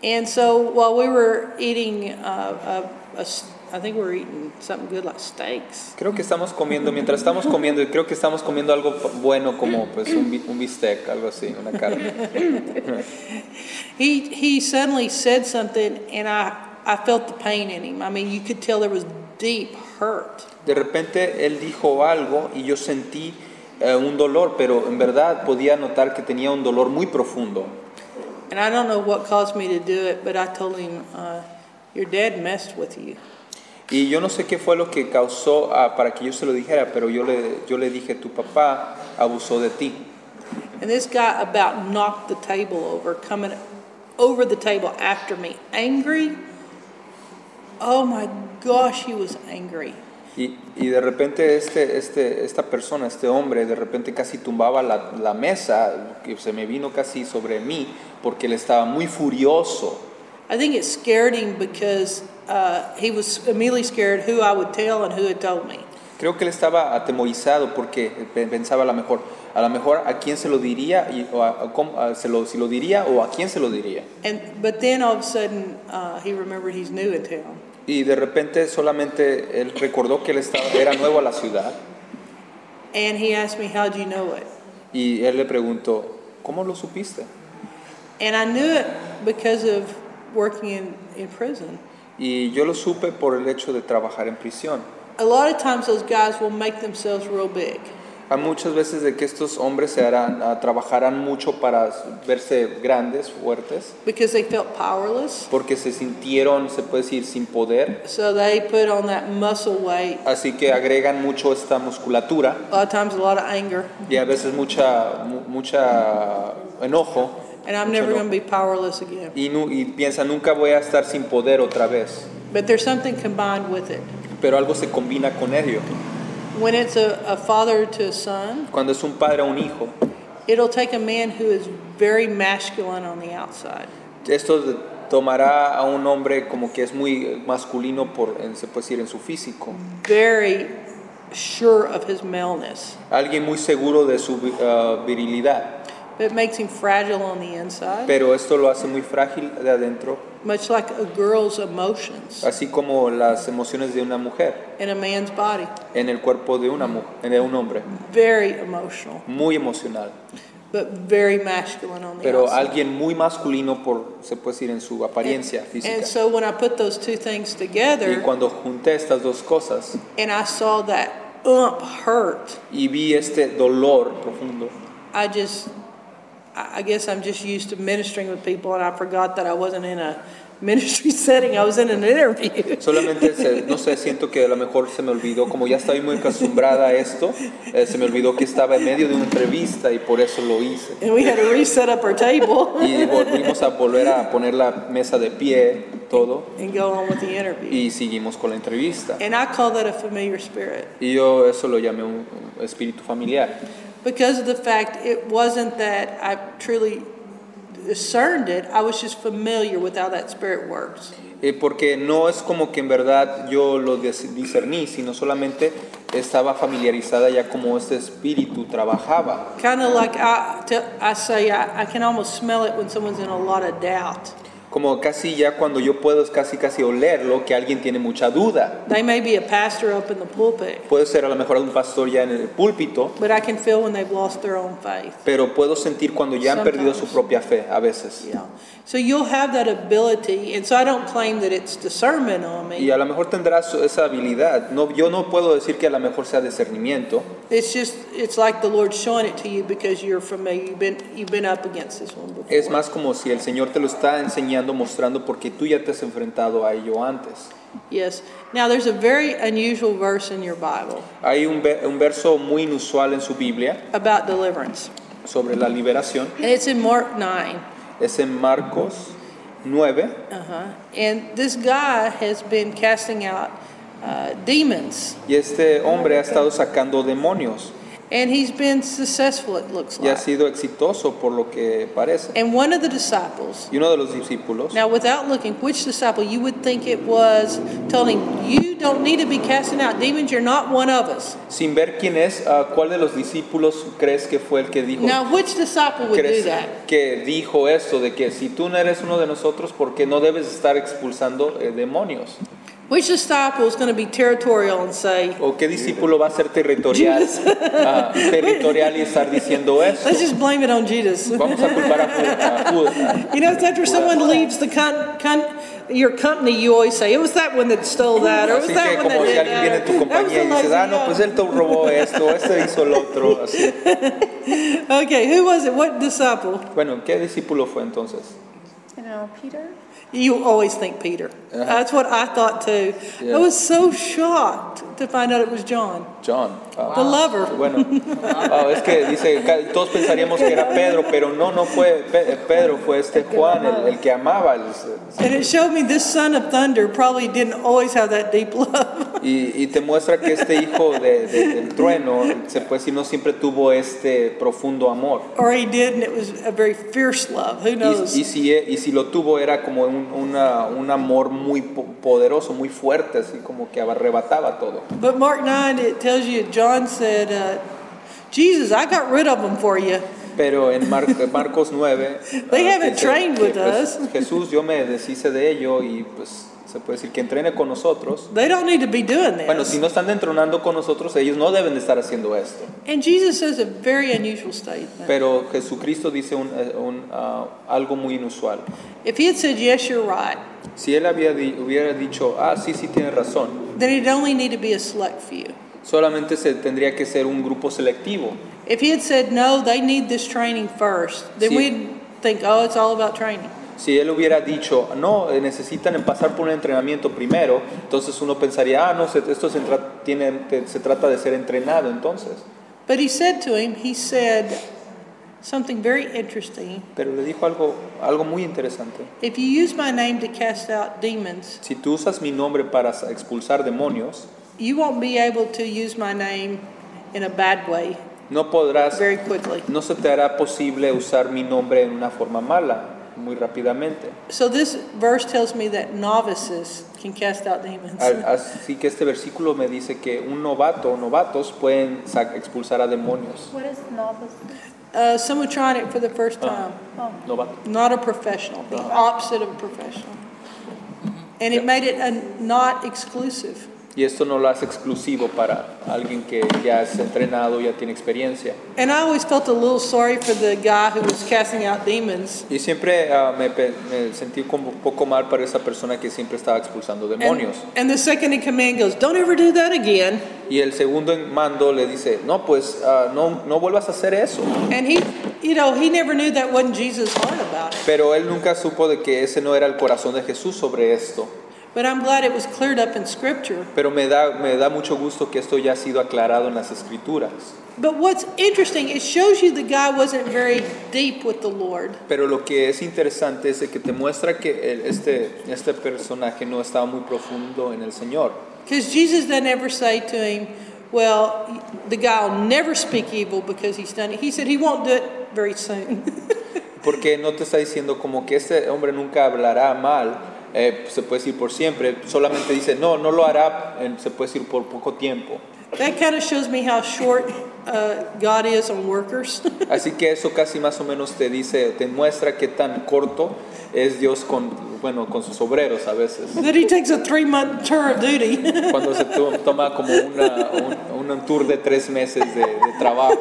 A: And so while we were eating uh, a, a s- I think we're eating something good like steaks.
B: Creo que estamos comiendo, mientras estamos comiendo, y creo que estamos comiendo algo p- bueno como pues un, bi- un bistec, algo así, una carne.
A: He, he suddenly said something and I, I felt the pain in him. I mean, you could tell there was deep hurt.
B: De repente él dijo algo y yo sentí eh, un dolor, pero en verdad podía notar que tenía un dolor muy profundo.
A: And I don't know what caused me to do it, but I told him, uh, Your dad messed with you.
B: Y yo no sé qué fue lo que causó ah, para que yo se lo dijera, pero yo le, yo le dije, tu papá abusó de ti.
A: And this guy about knocked the table over, coming over the table after me, angry. Oh my gosh, he was angry.
B: Y, y de repente este, este, esta persona, este hombre, de repente casi tumbaba la, la mesa, que se me vino casi sobre mí, porque él estaba muy furioso.
A: I think it scared him because uh, he was immediately scared who I would tell and who had told me.
B: Creo que él estaba atemorizado porque pe- pensaba a lo mejor, a lo mejor a quién se lo diría, y, o a- a cómo- a se lo, si lo diría o a quién se lo diría.
A: And but then all of a sudden uh, he remembered he's new in town,
B: Y de repente solamente él recordó que él estaba, era nuevo a la ciudad
A: and he asked me, "How'd you know it?"
B: y él le preguntó, ¿cómo lo supiste?
A: And I knew it because of working in, in prison.
B: Y yo lo supe por el hecho de trabajar en prisión.
A: A lot of times those guys will make themselves real big.
B: Hay muchas veces de que estos hombres se harán, ah, trabajarán mucho para verse grandes, fuertes,
A: because they felt powerless.
B: porque se sintieron, se puede decir, sin poder.
A: So they put on that muscle weight.
B: Así que agregan mucho esta musculatura
A: A lot of times, a lot of anger.
B: y a veces mucha, mu- mucha enojo.
A: And I'm
B: mucho
A: never
B: enojo.
A: going to be powerless again.
B: Y, nu- y piensa, nunca voy a estar sin poder otra vez.
A: But there's something combined with it.
B: Pero algo se combina con ello.
A: When it's a, a father to a son,
B: Cuando es un padre o un hijo,
A: it'll take a man who is very masculine on the outside
B: esto de- tomará a un hombre como que es muy masculino, por, en- se puede decir, en su físico.
A: very sure of his maleness.
B: Alguien muy seguro de su vi- ah, virilidad,
A: But it makes him fragile on the inside,
B: pero esto lo hace muy frágil de adentro,
A: much like a girl's emotions
B: así como las emociones de una mujer
A: in a man's body.
B: en el cuerpo de, una mu- de un hombre.
A: Very emotional,
B: Muy emocional,
A: but very masculine on the
B: pero
A: outside.
B: alguien muy masculino, por, se puede decir, en su apariencia
A: And
B: física.
A: so when I put those two things
B: Y
A: together
B: cuando junté estas dos cosas
A: and I saw that ump hurt,
B: y vi este dolor profundo,
A: I just, I I guess I'm just used to ministering with people and I forgot that I wasn't in a ministry setting, I was in an interview.
B: Solamente, se- no sé, siento que a lo mejor se me olvidó, como ya estoy muy acostumbrada a esto, eh, se me olvidó que estaba en medio de una entrevista y por eso lo hice.
A: And we had to reset up our table
B: Y volvimos a volver a poner la mesa de pie, todo,
A: and go on with the interview.
B: y seguimos con la entrevista.
A: And I call that a familiar spirit
B: Y yo eso lo llamé un un espíritu familiar,
A: because of the fact it wasn't that I truly discerned it, I was just familiar with how that spirit works.
B: Eh, porque no es como que en verdad yo lo dis- discerní, sino solamente estaba familiarizada ya como este espíritu trabajaba.
A: Kind of like I, to, I say, I, I can almost smell it when someone's in a lot of doubt.
B: Como casi ya cuando yo puedo es casi casi olerlo, que alguien tiene mucha duda.
A: They may be a pastor up in the pulpit,
B: Puede ser a lo mejor un pastor ya en el púlpito,
A: but I can feel when they've lost their own faith.
B: pero puedo sentir cuando ya han perdido su
A: Sometimes.
B: propia fe a veces.
A: Yeah. So you'll have that ability, and so I don't claim that it's discernment on me.
B: Y a lo mejor tendrás su- esa habilidad. No, yo no puedo decir que a lo mejor sea discernimiento,
A: It's just it's like the Lord's showing it to you because you're familiar. You've been you've been up against this one before.
B: es más como si el Señor te lo está enseñando, mostrando, porque tú ya te has enfrentado a ello antes.
A: Yes. Now there's a very unusual verse in your Bible
B: Hay un, ve- un verso muy inusual en su Biblia
A: about deliverance,
B: sobre la liberación.
A: and it's in Mark nine.
B: Es en Marcos 9.
A: Uh-huh. And this guy has been casting out uh, demons,
B: Y este hombre ha estado sacando demonios
A: and he's been successful. It looks
B: y ha
A: like.
B: sido exitoso por lo que parece.
A: And one of the disciples,
B: Y uno de los discípulos
A: now without looking, which disciple you would think it was, told him, "You don't need to be casting out demons. You're not one of us."
B: Sin ver quién es, ¿a ¿cuál de los discípulos crees que fue el que dijo?
A: Now, which disciple would do
B: ¿Crees
A: that?
B: que dijo esto de que si tú no eres uno de nosotros, ¿por qué no debes estar expulsando eh, demonios?
A: Which disciple is going to be territorial and say,
B: ¿O qué discípulo va a ser territorial, ah, territorial y estar diciendo eso?
A: let's just blame it on Judas?
B: Vamos a culpar a Ju- a Judas.
A: You know, it's after someone leaves the con, con, your company, you always say, it was that one that stole that, or it was
B: Así
A: that
B: que
A: one that
B: como si
A: did
B: alguien viene
A: that.
B: a tu
A: or, "That was
B: compañía
A: the
B: y dices,
A: lazy
B: ah, no,
A: dog."
B: pues él te robó esto, este hizo lo otro. Así.
A: Okay, who was it? What disciple?
B: Bueno, ¿qué discípulo fue entonces?
C: You know, Peter?
A: You always think Peter.
B: Uh-huh.
A: That's what I thought too.
B: Yeah.
A: I was so shocked to find out it was John,
B: John. Ah,
A: the lover.
B: Bueno, ah, es que dice, ca- todos pensaríamos que era Pedro, pero no, no fue Pe- Pedro, fue este Juan, el, el que amaba. el-
A: And it showed me this son of thunder probably didn't always have that deep love.
B: Y, y te muestra que este hijo de- de- del trueno, se puede decir, no siempre tuvo este profundo amor.
A: or he did, and it was a very fierce love. Who knows?
B: Y, y si, e- y si lo tuvo era como un, una- un amor muy po- poderoso, muy fuerte, así como que arrebataba todo.
A: but Mark 9, it tells you, John said, uh, Jesus, I got rid of them for you.
B: Pero en Mar- Marcos 9,
A: They
B: ah,
A: haven't
B: dice
A: trained
B: que,
A: with
B: pues,
A: us.
B: Jesús, yo me deshice de ello y pues se puede decir que entrene con nosotros.
A: They don't need to be doing this.
B: Bueno, si no están entrenando con nosotros, ellos no deben de estar haciendo esto.
A: and Jesus says a very unusual statement.
B: Pero Jesucristo dice un- eh, un, ah, algo muy inusual.
A: if he had said, Yes, you're right,
B: Si él había di- hubiera dicho, ah, sí, sí, tiene razón,
A: then it'd only need to be a select few.
B: solamente se tendría que ser un grupo selectivo.
A: If he had said, No, they need this training first, then
B: See-
A: we'd think, Oh, it's all about training.
B: Si él hubiera dicho, no, eh, necesitan pasar por un entrenamiento primero, entonces uno pensaría, ah, no, se- esto se, tra- tiene- te- se trata de ser entrenado entonces.
A: But he said to him, He said something very interesting.
B: Pero le dijo algo, algo muy interesante.
A: If you use my name to cast out demons,
B: Si tú usas mi nombre para sa- expulsar demonios,
A: you won't be able to use my name in a bad way
B: no podrás,
A: very quickly.
B: no se te hará posible usar mi nombre en una forma mala muy rápidamente.
A: So this verse tells me that novices can cast out demons.
B: Al- Así que este versículo me dice que un novato o novatos pueden sa- expulsar a demonios.
C: What is novice?
A: Uh, someone trying it for the first time,
C: Oh,
B: Novato.
A: not a professional, the opposite of a professional. And it made it a not exclusive.
B: Y esto no lo hace exclusivo para alguien que ya es entrenado, ya tiene experiencia.
A: And I always felt a little sorry for the guy who was casting out demons.
B: Y siempre ah, me, pe- me sentí como un poco mal para esa persona que siempre estaba expulsando
A: And,
B: demonios.
A: and the second in command goes, Don't ever do that again.
B: Y el segundo en mando le dice, no, pues ah, no, no vuelvas a hacer eso.
A: And he, you know, he never knew that wasn't Jesus' heart about it.
B: Pero él nunca supo de que ese no era el corazón de Jesús sobre esto.
A: But I'm glad it was cleared up in Scripture.
B: Pero me da, me da mucho gusto que esto ya ha sido aclarado en las escrituras.
A: But what's interesting, it shows you the guy wasn't very deep with the Lord.
B: Pero lo que es interesante es de que te muestra que el- este, este personaje no estaba muy profundo en el Señor.
A: Because Jesus doesn't ever say to him, well, the guy will never speak evil because he's done it. He said he won't do it very soon.
B: Porque no te está diciendo como que este hombre nunca hablará mal, eh, se puede decir por siempre. Solamente dice, no, no lo hará, eh, se puede decir por poco tiempo.
A: that kind of shows me how short uh, God is on workers.
B: Así que eso casi más o menos te dice, te muestra qué tan corto es Dios con, bueno, con sus obreros a veces.
A: that he takes a three month tour of duty.
B: Cuando se to- toma como una, un, un tour de tres meses de, de trabajo.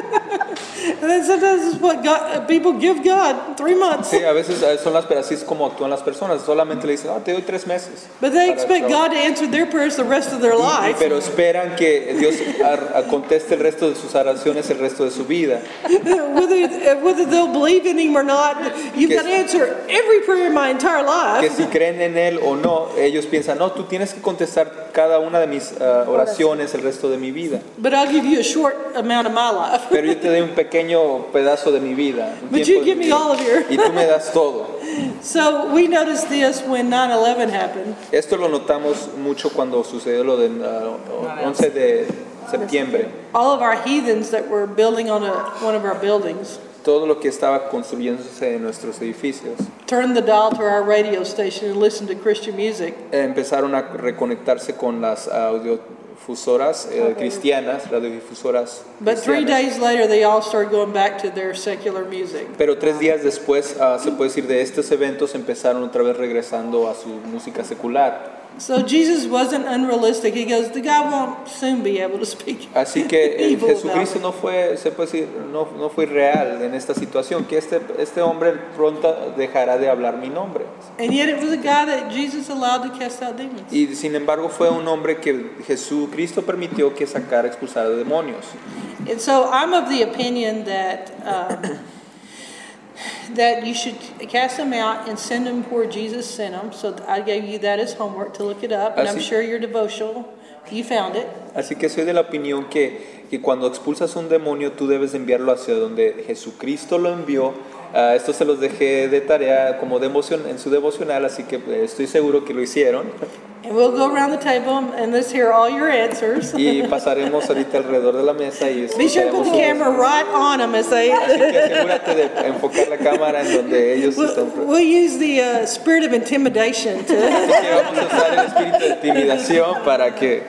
A: and then sometimes it's what God, uh, people give God three months.
B: Sí, a veces eh, son las, pero así es como actúan las personas. Solamente le dicen, ah, te doy tres meses.
A: But they
B: para el
A: expect
B: trabajo".
A: God to answer their prayers the rest of their
B: Y- y-
A: life.
B: pero esperan que Dios ar- a- conteste el resto de sus oraciones el resto de su vida.
A: whether, uh, whether they'll believe in him or not, you've
B: Que-
A: got to answer every prayer in my entire
B: Que
A: life.
B: si creen en Él o no, ellos piensan, no, tú tienes que contestar cada una de mis ah, oraciones el resto de mi vida.
A: But I'll give you a short amount of my life.
B: Pero yo te doy un pequeño pedazo de mi vida. un
A: But you
B: tiempo de
A: give me
B: mi vida,
A: all of your-
B: Y tú me das todo.
A: So we noticed this when 9 11 happened.
B: Esto lo notamos mucho cuando sucedió lo del ah, 11 de septiembre.
A: All of our heathens that were building on a, one of our buildings
B: Todo lo que estaba construyéndose en nuestros edificios.
A: turned the dial to our radio station and listened to Christian music.
B: empezaron a reconectarse con las audiofusoras eh, cristianas, radiodifusoras
A: But three
B: cristianas.
A: days later, they all started going back to their secular music.
B: Pero tres días después, ah, se puede decir, de estos eventos empezaron otra vez regresando a su música secular.
A: So Jesus wasn't unrealistic. He goes, the guy won't soon be able to speak.
B: Así que el
A: evil about
B: Jesucristo
A: me."
B: no fue, se puede decir, no, no fue real en esta situación, que este, este hombre pronto dejará de hablar mi nombre.
A: And yet it was a guy that Jesus allowed to cast out demons.
B: Y sin embargo fue un hombre que Jesucristo permitió que sacara, expulsara demonios.
A: And so I'm of the opinion that, um, that you should cast them out and send them where Jesus sent them. So I gave you that as homework to look it up. And I'm
B: Así-
A: sure your devotional, you found it.
B: Así que soy de la opinión que, que cuando expulsas un demonio tú debes enviarlo hacia donde Jesucristo lo envió. Ah, esto se los dejé de tarea como devoción, en su devocional, así que eh, estoy seguro que lo hicieron.
A: And we'll go around the table and let's hear all your answers.
B: Y pasaremos ahorita alrededor de la mesa y
A: Be sure to put the
B: escucharemos-
A: camera right on them as they.
B: Así que asegúrate de enfocar la cámara en donde ellos están.
A: We'll, we'll use the uh, spirit of intimidation to.
B: Así que vamos a usar el espíritu de intimidación para que...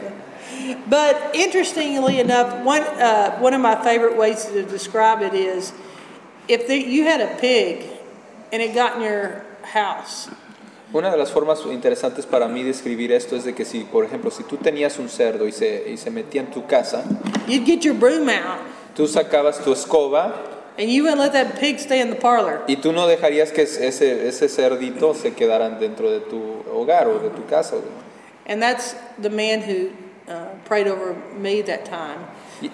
A: But interestingly enough, one, uh, one of my favorite ways to describe it is if there, you had a pig and it got in your house,
B: Una de las formas interesantes para mí de escribir esto es de que si, por ejemplo, si tú tenías un cerdo y se, y se metía en tu casa,
A: you'd get your broom out
B: tú sacabas tu escoba
A: and you wouldn't let that pig stay in the parlor.
B: y tú no dejarías que ese, ese cerdito se quedaran dentro de tu hogar o de tu casa. ¿no?
A: And that's the man who uh, prayed over me that time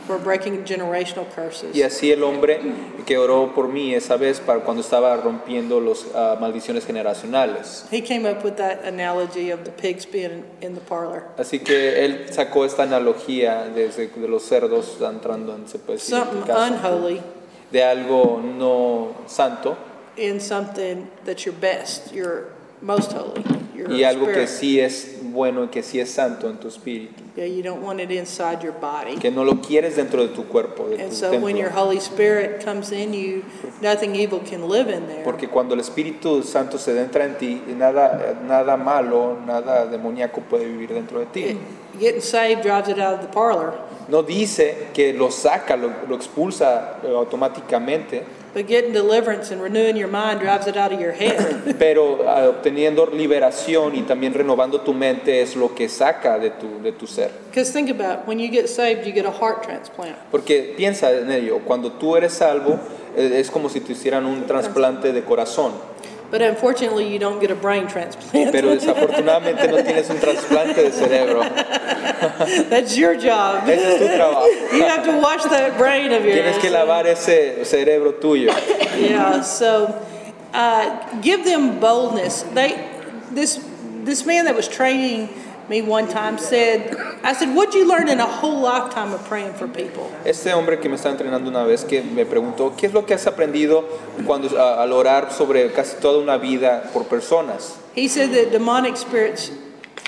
A: for breaking generational curses.
B: Y así el hombre que oró por mí esa vez para cuando estaba rompiendo las maldiciones generacionales.
A: He came up with that analogy of the pigs being in the parlor.
B: Así que él sacó esta analogía desde de los cerdos entrando en, se puede decir, en tu
A: Something
B: casa,
A: unholy
B: de algo no santo
A: and something that's your best, your most holy, your
B: y algo que
A: spirit.
B: sí es bueno y que sí es santo en tu espíritu,
A: Yeah, you don't want it inside your body.
B: que no lo quieres dentro de tu cuerpo, de
A: And
B: tu
A: so when your
B: templo.
A: Holy Spirit comes in you, nothing evil can live in there.
B: Porque cuando el Espíritu Santo se entra en ti, nada, nada malo, nada demoníaco puede vivir dentro de ti.
A: It- Getting saved drives it out of the parlor,
B: No dice que lo saca, lo, lo expulsa eh, automáticamente,
A: but getting deliverance and renewing your mind drives it out of your head.
B: Pero ah, obteniendo liberación y también renovando tu mente es lo que saca de tu, de tu ser.
A: Because think about it, when you get saved, you get a heart transplant.
B: Porque piensa en ello, cuando tú eres salvo eh, es como si te hicieran un trasplante de corazón,
A: But unfortunately, you don't get a brain transplant.
B: pero desafortunadamente no tienes un trasplante de cerebro.
A: That's your job.
B: Ese es tu trabajo.
A: You have to wash that brain of yours.
B: Tienes que lavar ese cerebro tuyo.
A: Yeah, so uh, give them boldness. They, this, this man that was training me one time said, I said, what'd you learn in a whole lifetime of praying for people?
B: Este hombre que me está entrenando una vez que me preguntó, ¿qué es lo que has aprendido cuando, a- al orar sobre casi toda una vida por personas?
A: He said that demonic spirits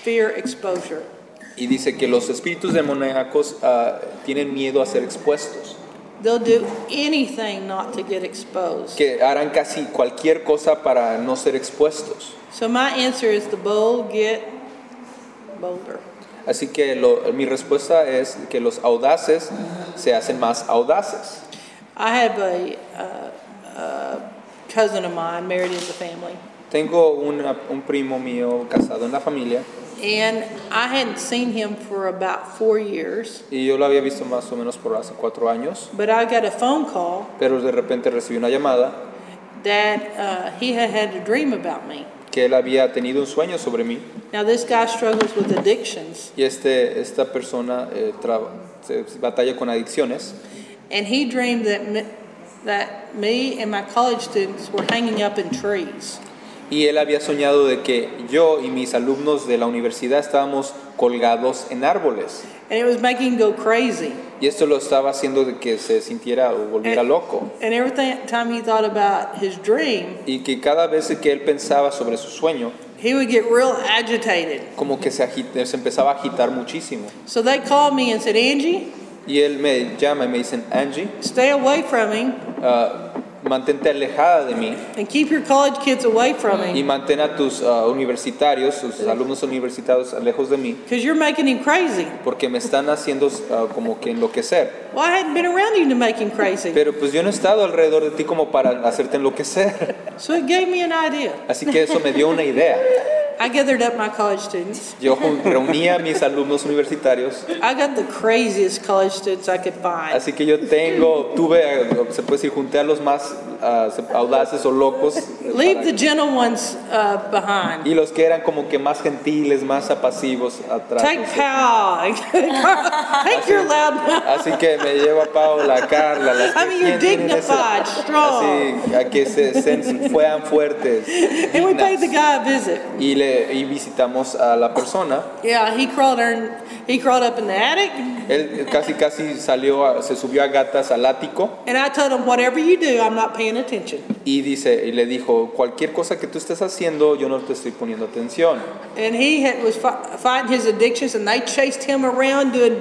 A: fear exposure.
B: Y dice que los espíritus demoníacos ah, tienen miedo a ser expuestos,
A: They'll do anything not to get exposed.
B: que harán casi cualquier cosa para no ser expuestos.
A: So my answer is the bold get bolder.
B: Así que lo- mi respuesta es que los audaces se hacen más audaces.
A: I have a, uh, uh cousin of mine married into the family.
B: Tengo una- un primo mío casado en la familia
A: And I hadn't seen him for about four years,
B: y yo lo había visto más o menos por hace cuatro años,
A: but I got a phone call
B: pero de repente recibí una llamada
A: that uh, he had had a dream about me.
B: que él había tenido un sueño sobre mí
A: Now, this guy struggles with addictions,
B: y este, esta persona eh, traba- se- batalla con adicciones.
A: and he dreamed that me, that me and my college students were hanging up in trees.
B: Y él había soñado de que yo y mis alumnos de la universidad estábamos colgados en árboles.
A: And it was making him go crazy.
B: Y esto lo estaba haciendo de que se sintiera o volviera
A: And-
B: loco.
A: And every thi- time he thought about his dream,
B: Y que cada vez que él pensaba sobre su sueño,
A: he would get real agitated.
B: como que se, agit- se empezaba a agitar muchísimo.
A: So they called me and said, Angie,
B: Y él me llama y me dicen, Angie,
A: stay away from him
B: ah, mantente alejada de mí
A: and keep your college kids away from him.
B: y mantén a tus ah, universitarios, tus alumnos universitarios lejos de mí,
A: Because you're making him crazy.
B: porque me están haciendo ah, como que enloquecer.
A: Well, I hadn't been around him to make him crazy.
B: Pero pues yo no he estado alrededor de ti como para hacerte enloquecer.
A: So it gave me an idea.
B: Así que eso me dio una idea.
A: I gathered up my college students.
B: Yo jun- reuní a mis alumnos universitarios,
A: I got the craziest college students I could find.
B: así que yo tengo, tuve, eh, se puede decir, junté a los más ah, se- audaces o locos. eh,
A: Leave
B: para-
A: the gentle ones uh, behind.
B: y los que eran como que más gentiles, más apacivos atrás.
A: Take Pal. Take your loud mouth.
B: Así que me llevo a Paola, a Carla, las que
A: I mean, you're
B: tienen ese-
A: dignified, strong.
B: así, a que se, se fueran fuertes.
A: And we paid the
B: dignas.
A: guy a visit.
B: Y le y visitamos a la persona.
A: Yeah, he crawled in, he crawled up in the attic,
B: Él casi casi salió, a- se subió a gatas al ático
A: and I told him, "Whatever you do, I'm not paying attention."
B: y dice y le dijo cualquier cosa que tú estés haciendo yo no te estoy poniendo atención.
A: And he had, was fi- fighting his addictions, and they chased him around doing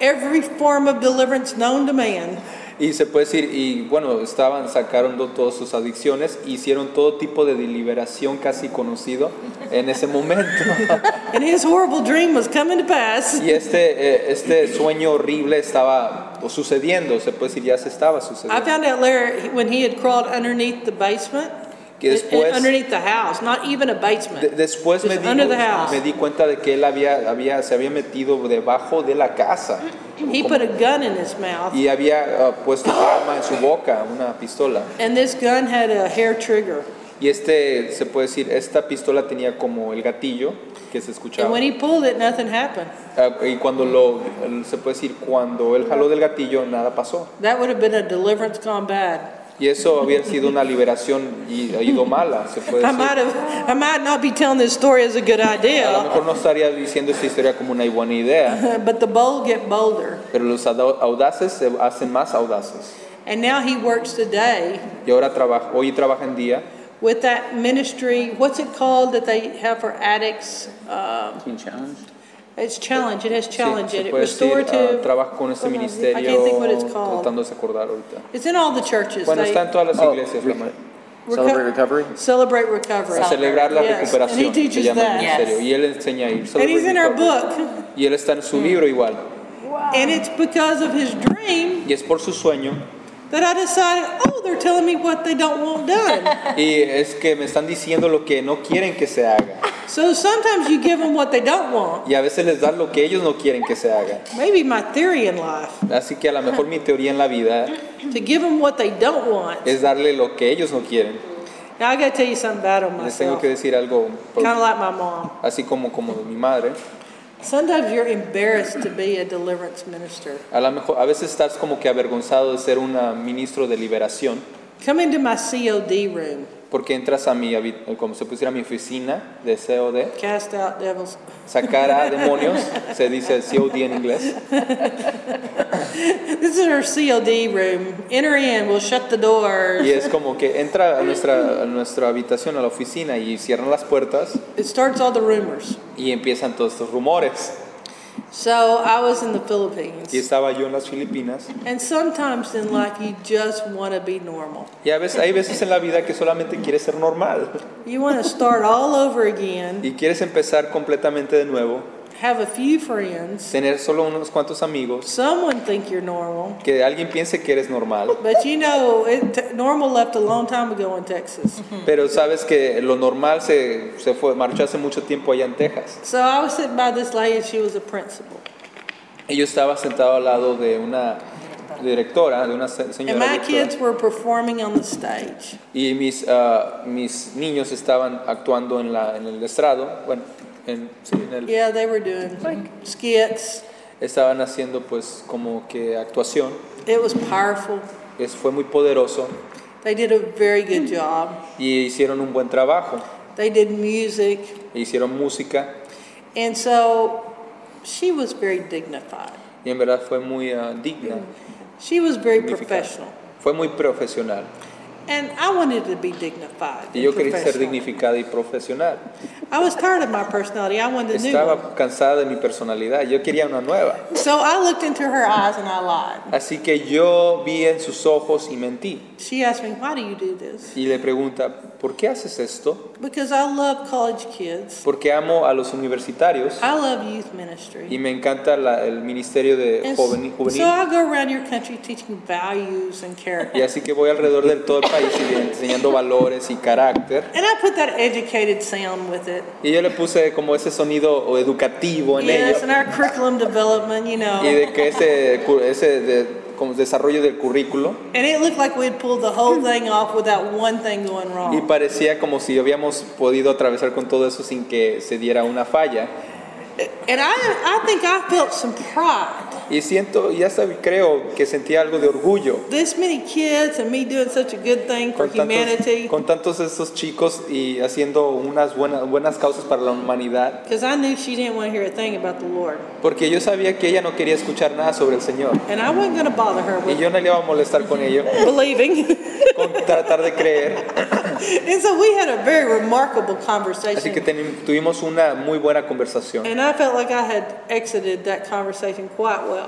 A: every form of deliverance known to man.
B: Y se puede decir y bueno estaban sacaron do- todas sus adicciones, hicieron todo tipo de deliberación casi conocido en ese momento.
A: And his horrible dream was coming to pass.
B: Y este eh, este sueño horrible estaba o sucediendo, se puede decir ya se estaba
A: I
B: sucediendo.
A: found out later when he had crawled underneath the basement, uh,
B: Que después-
A: underneath the house, not even a
B: De-
A: basement.
B: después me
A: Just
B: di,
A: Ah, pues, under the house.
B: me di cuenta de que él había, había se había metido debajo de la casa.
A: He
B: Como-
A: put a gun in his mouth,
B: y había uh, puesto un arma en su boca, una pistola.
A: and this gun had a hair trigger.
B: Y este, se puede decir, esta pistola tenía como el gatillo que se
A: And
B: escuchaba.
A: when he pulled it, nothing happened.
B: Ah, y cuando lo, el- se puede decir, cuando él jaló del gatillo, nada pasó.
A: That would have been a deliverance gone bad.
B: Y eso había sido una liberación y ha ido mala, se puede
A: I
B: decir.
A: might have, I might not be telling this story as a good
B: A lo
A: idea,
B: mejor no estaría diciendo esta historia como una buena idea,
A: but the bold get bolder.
B: pero los ada- audaces se hacen más audaces.
A: And now he works today
B: Y ahora trabaja, hoy trabaja en día,
A: with that ministry. What's it called that they have for addicts? Um, it's challenge. It has
B: sí,
A: challenge in
B: se
A: it.
B: puede decir, ah,
A: Restorative.
B: trabaja con este ministerio,
A: can't think what it's called.
B: tratando de acordar ahorita.
A: It's in all the churches.
B: Bueno,
A: They
B: está en todas las
D: Oh,
B: iglesias, la
D: reco-
B: ma-
A: reco-
D: Celebrate recovery.
A: Celebrate recovery.
B: a celebrar la
A: Yes, and he
B: recuperación,
A: teaches
B: se llama el
A: that.
B: ministerio,
E: Yes.
B: y él enseña a ir.
A: And he's in our
B: Celebrate
A: book. Mm.
B: recovery. Y él está en su libro igual,
A: And it's because of his dream
B: y es por su sueño,
A: that I decided, oh, they're telling me what they don't want done.
B: y es que me están diciendo lo que no quieren que se haga,
A: so sometimes you give them what they don't want.
B: y a veces les dan lo que ellos no quieren que se haga.
A: Maybe my theory in life
B: Así que a lo mejor mi teoría en la vida
A: to give them what they don't want.
B: es darle lo que ellos no quieren.
A: Now I got to tell you something bad on
B: Les tengo
A: myself.
B: que
A: Kind
B: decir algo, por-
A: of like my mom.
B: así como, como mi madre.
A: Sometimes you're embarrassed to be a deliverance minister.
B: A lo mejor, a veces estás como que avergonzado de ser un ministro de liberación,
A: Come into my COD room,
B: porque entras a mi, habi- como se pusiera a mi oficina de COD,
A: cast out devils.
B: sacar a demonios, se dice COD en inglés.
A: This is our COD room. Enter in, we'll shut the
B: Y
A: doors.
B: es como que entra a nuestra, a nuestra habitación, a la oficina y cierran las puertas
A: It starts all the rumors.
B: y empiezan todos estos rumores.
A: So I was in the
B: Y
A: Philippines.
B: estaba yo en las Filipinas.
A: And sometimes in life, you just want to be normal.
B: Y a veces, hay veces en la vida que solamente quieres ser normal
A: You want to start all over again,
B: y quieres empezar completamente de nuevo,
A: have a few friends,
B: tener solo unos cuantos amigos,
A: someone think you're normal.
B: que alguien piense que eres normal.
A: But you know, it, t- normal left a long time ago in Texas.
B: Pero sabes que lo normal se, se fue, marchó hace mucho tiempo allá en Texas.
A: So I was sitting by this lady, and she was a principal.
B: Y yo estaba sentado al lado de una directora, de una se-
A: And
B: señora.
A: my
B: directora.
A: kids were performing on the stage.
B: Y mis, ah, mis niños estaban actuando en, la, en el estrado, bueno, en, sí, en el-
A: Yeah, they were doing skits.
B: estaban haciendo pues como que actuación,
A: It was powerful.
B: es, fue muy poderoso
A: They did a very good job.
B: y hicieron un buen trabajo,
A: They did music.
B: e hicieron música
A: And so she was very dignified.
B: y en verdad fue muy ah, digna,
A: She was very
B: Dignificada.
A: professional.
B: fue muy profesional
A: And I wanted to be dignified.
B: y yo
A: and
B: quería ser
A: professional.
B: dignificada y profesional.
A: I was tired of my personality. I wanted a new one.
B: Estaba cansada de mi personalidad, yo quería una nueva.
A: So I looked into her eyes and I lied.
B: Así que yo vi en sus ojos y mentí
A: She asked me, Why do you do this?
B: y le pregunta, ¿por qué haces esto?
A: Because I love college kids.
B: Porque amo a los universitarios
A: I love youth
B: y
A: ministry.
B: me encanta la- el ministerio de
A: And
B: joven,
A: so
B: juvenil.
A: I go around your country teaching values and character.
B: Y así que voy alrededor del todo el y sigue enseñando valores y carácter.
A: And I put that educated sound with it.
B: Y yo le puse como ese sonido educativo en
A: Yes, and
B: ello
A: our curriculum development, you know.
B: y de que ese, cu- ese de- como desarrollo del currículo
A: And it looked like we had pulled the whole thing off without one thing going
B: y
A: wrong.
B: parecía como si habíamos podido atravesar con todo eso sin que se diera una falla.
A: And I, I think I felt some pride.
B: Y siento, y hasta creo que sentía algo de orgullo
A: This many kids and me doing such a good thing for
B: con tantos,
A: humanity.
B: con tantos de estos chicos y haciendo unas buenas, buenas causas para la humanidad,
A: Because I knew she didn't want to hear a thing about the Lord.
B: porque yo sabía que ella no quería escuchar nada sobre el Señor
A: And I wasn't going to bother her
B: y
A: with
B: yo no le iba a molestar con ello,
A: believing.
B: con tratar de creer.
A: and so we had a very remarkable
B: Así que
A: conversation.
B: teni- tuvimos una muy buena conversación.
A: And I felt like I had exited that conversation quite well.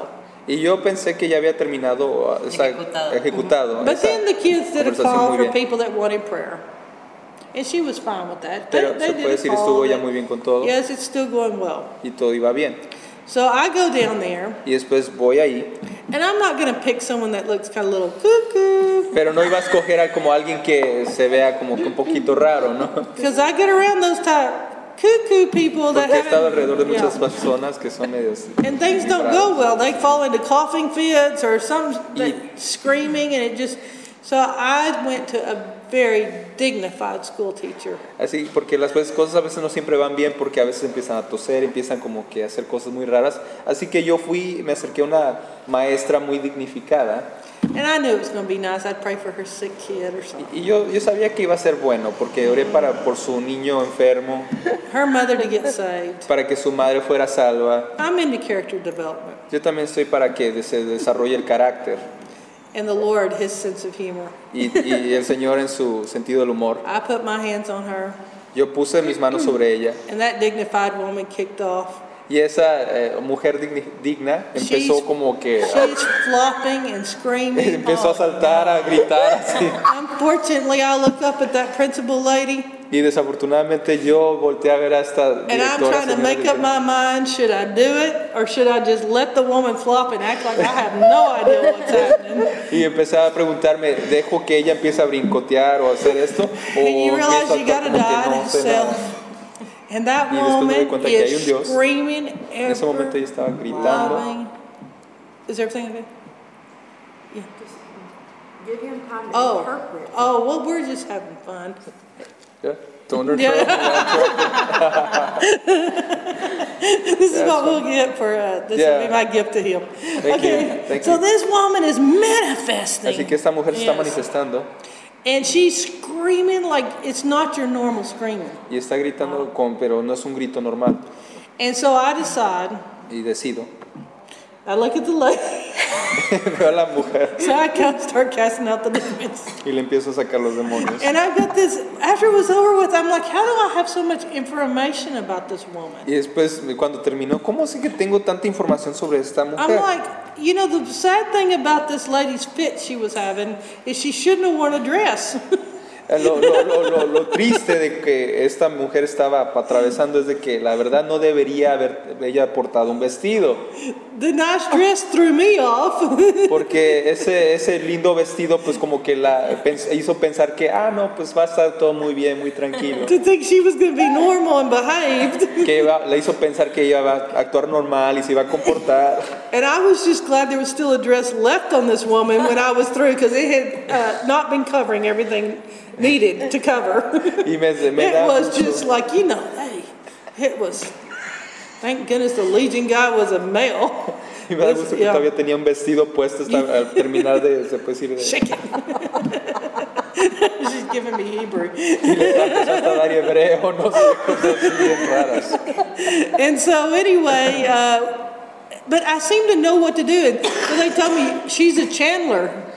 B: Y yo pensé que ya había terminado ah, esa-
D: Ejecutado.
B: ejecutado
A: But
B: esa
A: then the kids did a
B: conversación
A: call
B: muy
A: for
B: bien.
A: people that wanted prayer. And she was fine with that. They,
B: Pero
A: they did
B: se puede
A: a
B: decir
A: call
B: estuvo ya
A: that-
B: muy bien con todo
A: Yes, it's still going well.
B: y todo iba bien.
A: So I go down there,
B: Y después voy ahí,
A: and I'm not going to pick someone that looks kind of little cuckoo,
B: pero no iba a escoger a como alguien que se vea como que un poquito raro, ¿no?
A: because I get around those type cuckoo people that
B: Porque he estado alrededor de
A: Yeah.
B: muchas personas que son medios.
A: And things don't go well. They fall into coughing fits or some that screaming, and it just. So I went to a very dignified school teacher.
B: Así, porque las veces- cosas a veces no siempre van bien porque a veces empiezan a toser, empiezan como que a hacer cosas muy raras. Así que yo fui, me acerqué a una maestra muy dignificada
A: And I knew it was going to be nice. I'd pray for her sick kid or something.
B: y yo, yo sabía que iba a ser bueno porque oré para, por su niño enfermo,
A: Her mother to get saved.
B: para que su madre fuera salva.
A: I'm into character development
B: Yo también estoy para que de- se desarrolle el carácter
A: and the Lord, his sense of humor.
B: y, y el Señor en su sentido del humor.
A: I put my hands on her,
B: Yo puse mis manos sobre ella
A: and that dignified woman kicked off.
B: y esa eh, mujer digni- digna empezó como que a-
A: She's flopping and screaming.
B: empezó a
A: Oh.
B: saltar, a gritar así.
A: Unfortunately, I look up at that principal lady,
B: Y desafortunadamente yo volteé a ver a esta
A: and I'm
B: directora.
A: trying to
B: señora
A: make up
B: directora,
A: my mind should I do it or should I just let the woman flop and act like I have no idea what's happening?
B: Y empecé a preguntarme, ¿dejo que ella empiece a brincotear o a hacer esto? ¿O
A: And you
B: empiezo a
A: realize you
B: actuar
A: gotta
B: como que
A: die
B: no
A: to
B: sé nada?
A: self. And that
B: Y después me doy
A: woman
B: cuenta que hay un
A: is
B: Dios.
A: screaming
B: En ese momento
A: ever
B: ella estaba gritando.
A: loving. Is everything okay?
D: Give him time to
A: Oh,
D: interpret.
A: oh, well, we're just having fun.
B: Yeah. Don't return.
A: This is what we'll get for, uh, this will
B: Yeah.
A: be my gift to him.
B: you,
A: Okay,
B: thank
A: so
B: you.
A: this woman is manifesting.
B: Así que esta mujer se está
A: Yes.
B: manifestando
A: And she's screaming like it's not your normal screaming.
B: y está gritando, con, pero no es un grito normal.
A: And so I decide,
B: Y decido.
A: I look at the lady,
B: Veo a la mujer
A: so I come start casting out the demons.
B: y le empiezo a sacar los demonios.
A: And I've got this, after it was over with, I'm like, how do I have so much information about this woman?
B: Y después, cuando terminó, ¿cómo sé que tengo tanta información sobre esta
A: I'm
B: mujer?
A: like, you know, the sad thing about this lady's fit she was having is she shouldn't have worn a dress.
B: Eh, Lo, lo- lo- lo- lo triste de que esta mujer estaba atravesando es de que la verdad no debería haber ella portado un vestido,
A: the nice dress threw me off.
B: porque ese, ese lindo vestido pues como que la pens- hizo pensar que, ah, no, pues va a estar todo muy bien, muy tranquilo.
A: to think she was going to be normal and behaved.
B: que iba- le hizo pensar que ella va a actuar normal y se iba a comportar.
A: And I was just glad there was still a dress left on this woman when I was through because it had uh, not been covering everything needed to cover.
B: Y me, me
A: it
B: da
A: was
B: mucho-
A: just like, you know, hey, it was. Thank goodness the Legion guy was a male.
B: y me da
A: It was-
B: gusto que
A: yeah.
B: todavía tenía un vestido puesto hasta- al terminar de, se puede decir, de-
A: Shake it. She's giving me Hebrew.
B: y le empezó hasta a dar hebreo, no sé, cosas así bien raras.
A: And so, anyway, uh, but I seem to know what to do. And so they tell me she's a Chandler.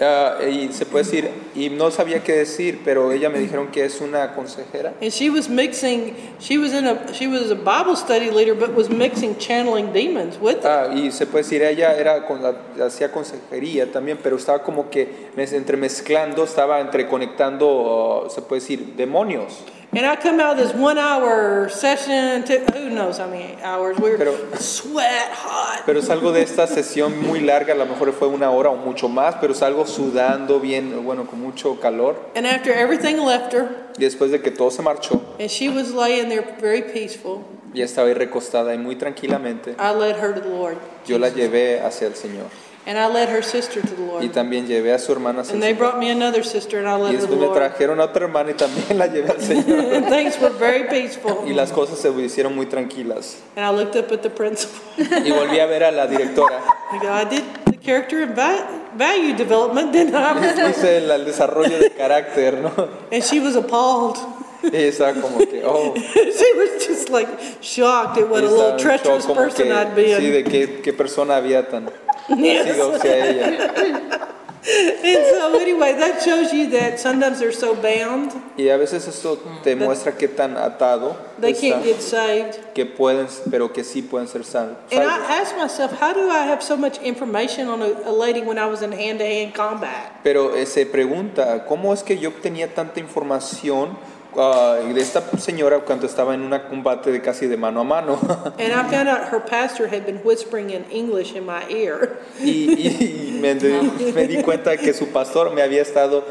B: Ah, y se puede decir, y no sabía qué decir, pero ella me dijeron que es una consejera.
A: And she was mixing. She was in a. She was a Bible study leader, but was mixing channeling demons with. it.
B: Ah, y se puede decir, ella era con- hacía consejería también, pero estaba como que mes- entremezclando, estaba entreconectando, ah, se puede decir, demonios.
A: And I come out of this one hour session, to, who knows how many hours, we were
B: Pero-
A: sweat hot.
B: Pero salgo de esta sesión muy larga, a lo mejor fue una hora o mucho más, pero salgo sudando bien, bueno, con mucho calor.
A: And after everything left her,
B: Y después de que todo se marchó,
A: and she was laying there very peaceful,
B: ya estaba ahí recostada y muy tranquilamente,
A: I led her to the Lord.
B: yo la llevé hacia el Señor.
A: And I led her sister to the
B: Y
A: Lord.
B: también llevé a su hermana hacia el
A: And they
B: Señor.
A: brought me another sister, and I
B: Y
A: led her to the
B: después me
A: Lord.
B: trajeron a otra hermana y también la llevé al Señor.
A: And things were very peaceful.
B: Y las cosas se hicieron muy tranquilas.
A: And I looked up at the principal.
B: Y volví a ver a la directora.
A: I go, I did the character and va- value development, didn't I?
B: Hice el, el desarrollo de carácter, ¿no?
A: And she was appalled.
B: Y ella estaba como que, oh.
A: she was just like shocked at what
B: Ella
A: a little
B: estaba en
A: treacherous
B: shock, como
A: person
B: que,
A: I'd been.
B: Sí, de qué, qué persona había tan
A: Yes.
B: sido hacia ella.
A: And so anyway, that shows you that sometimes they're so bound
B: Y a veces esto te muestra qué tan atado
A: they
B: está,
A: can't get saved.
B: que pueden, pero que sí pueden ser sal-
A: And
B: salvos.
A: I asked myself, how do I have so much information on a, a lady when I was in hand-to-hand combat?
B: Pero eh, se pregunta, ¿cómo es que yo obtenía tanta información ah, de esta señora cuando estaba en un combate de casi de mano a mano?
A: And I found out her pastor had been whispering in English in my ear.
B: y y me, di- me di cuenta que su pastor me había estado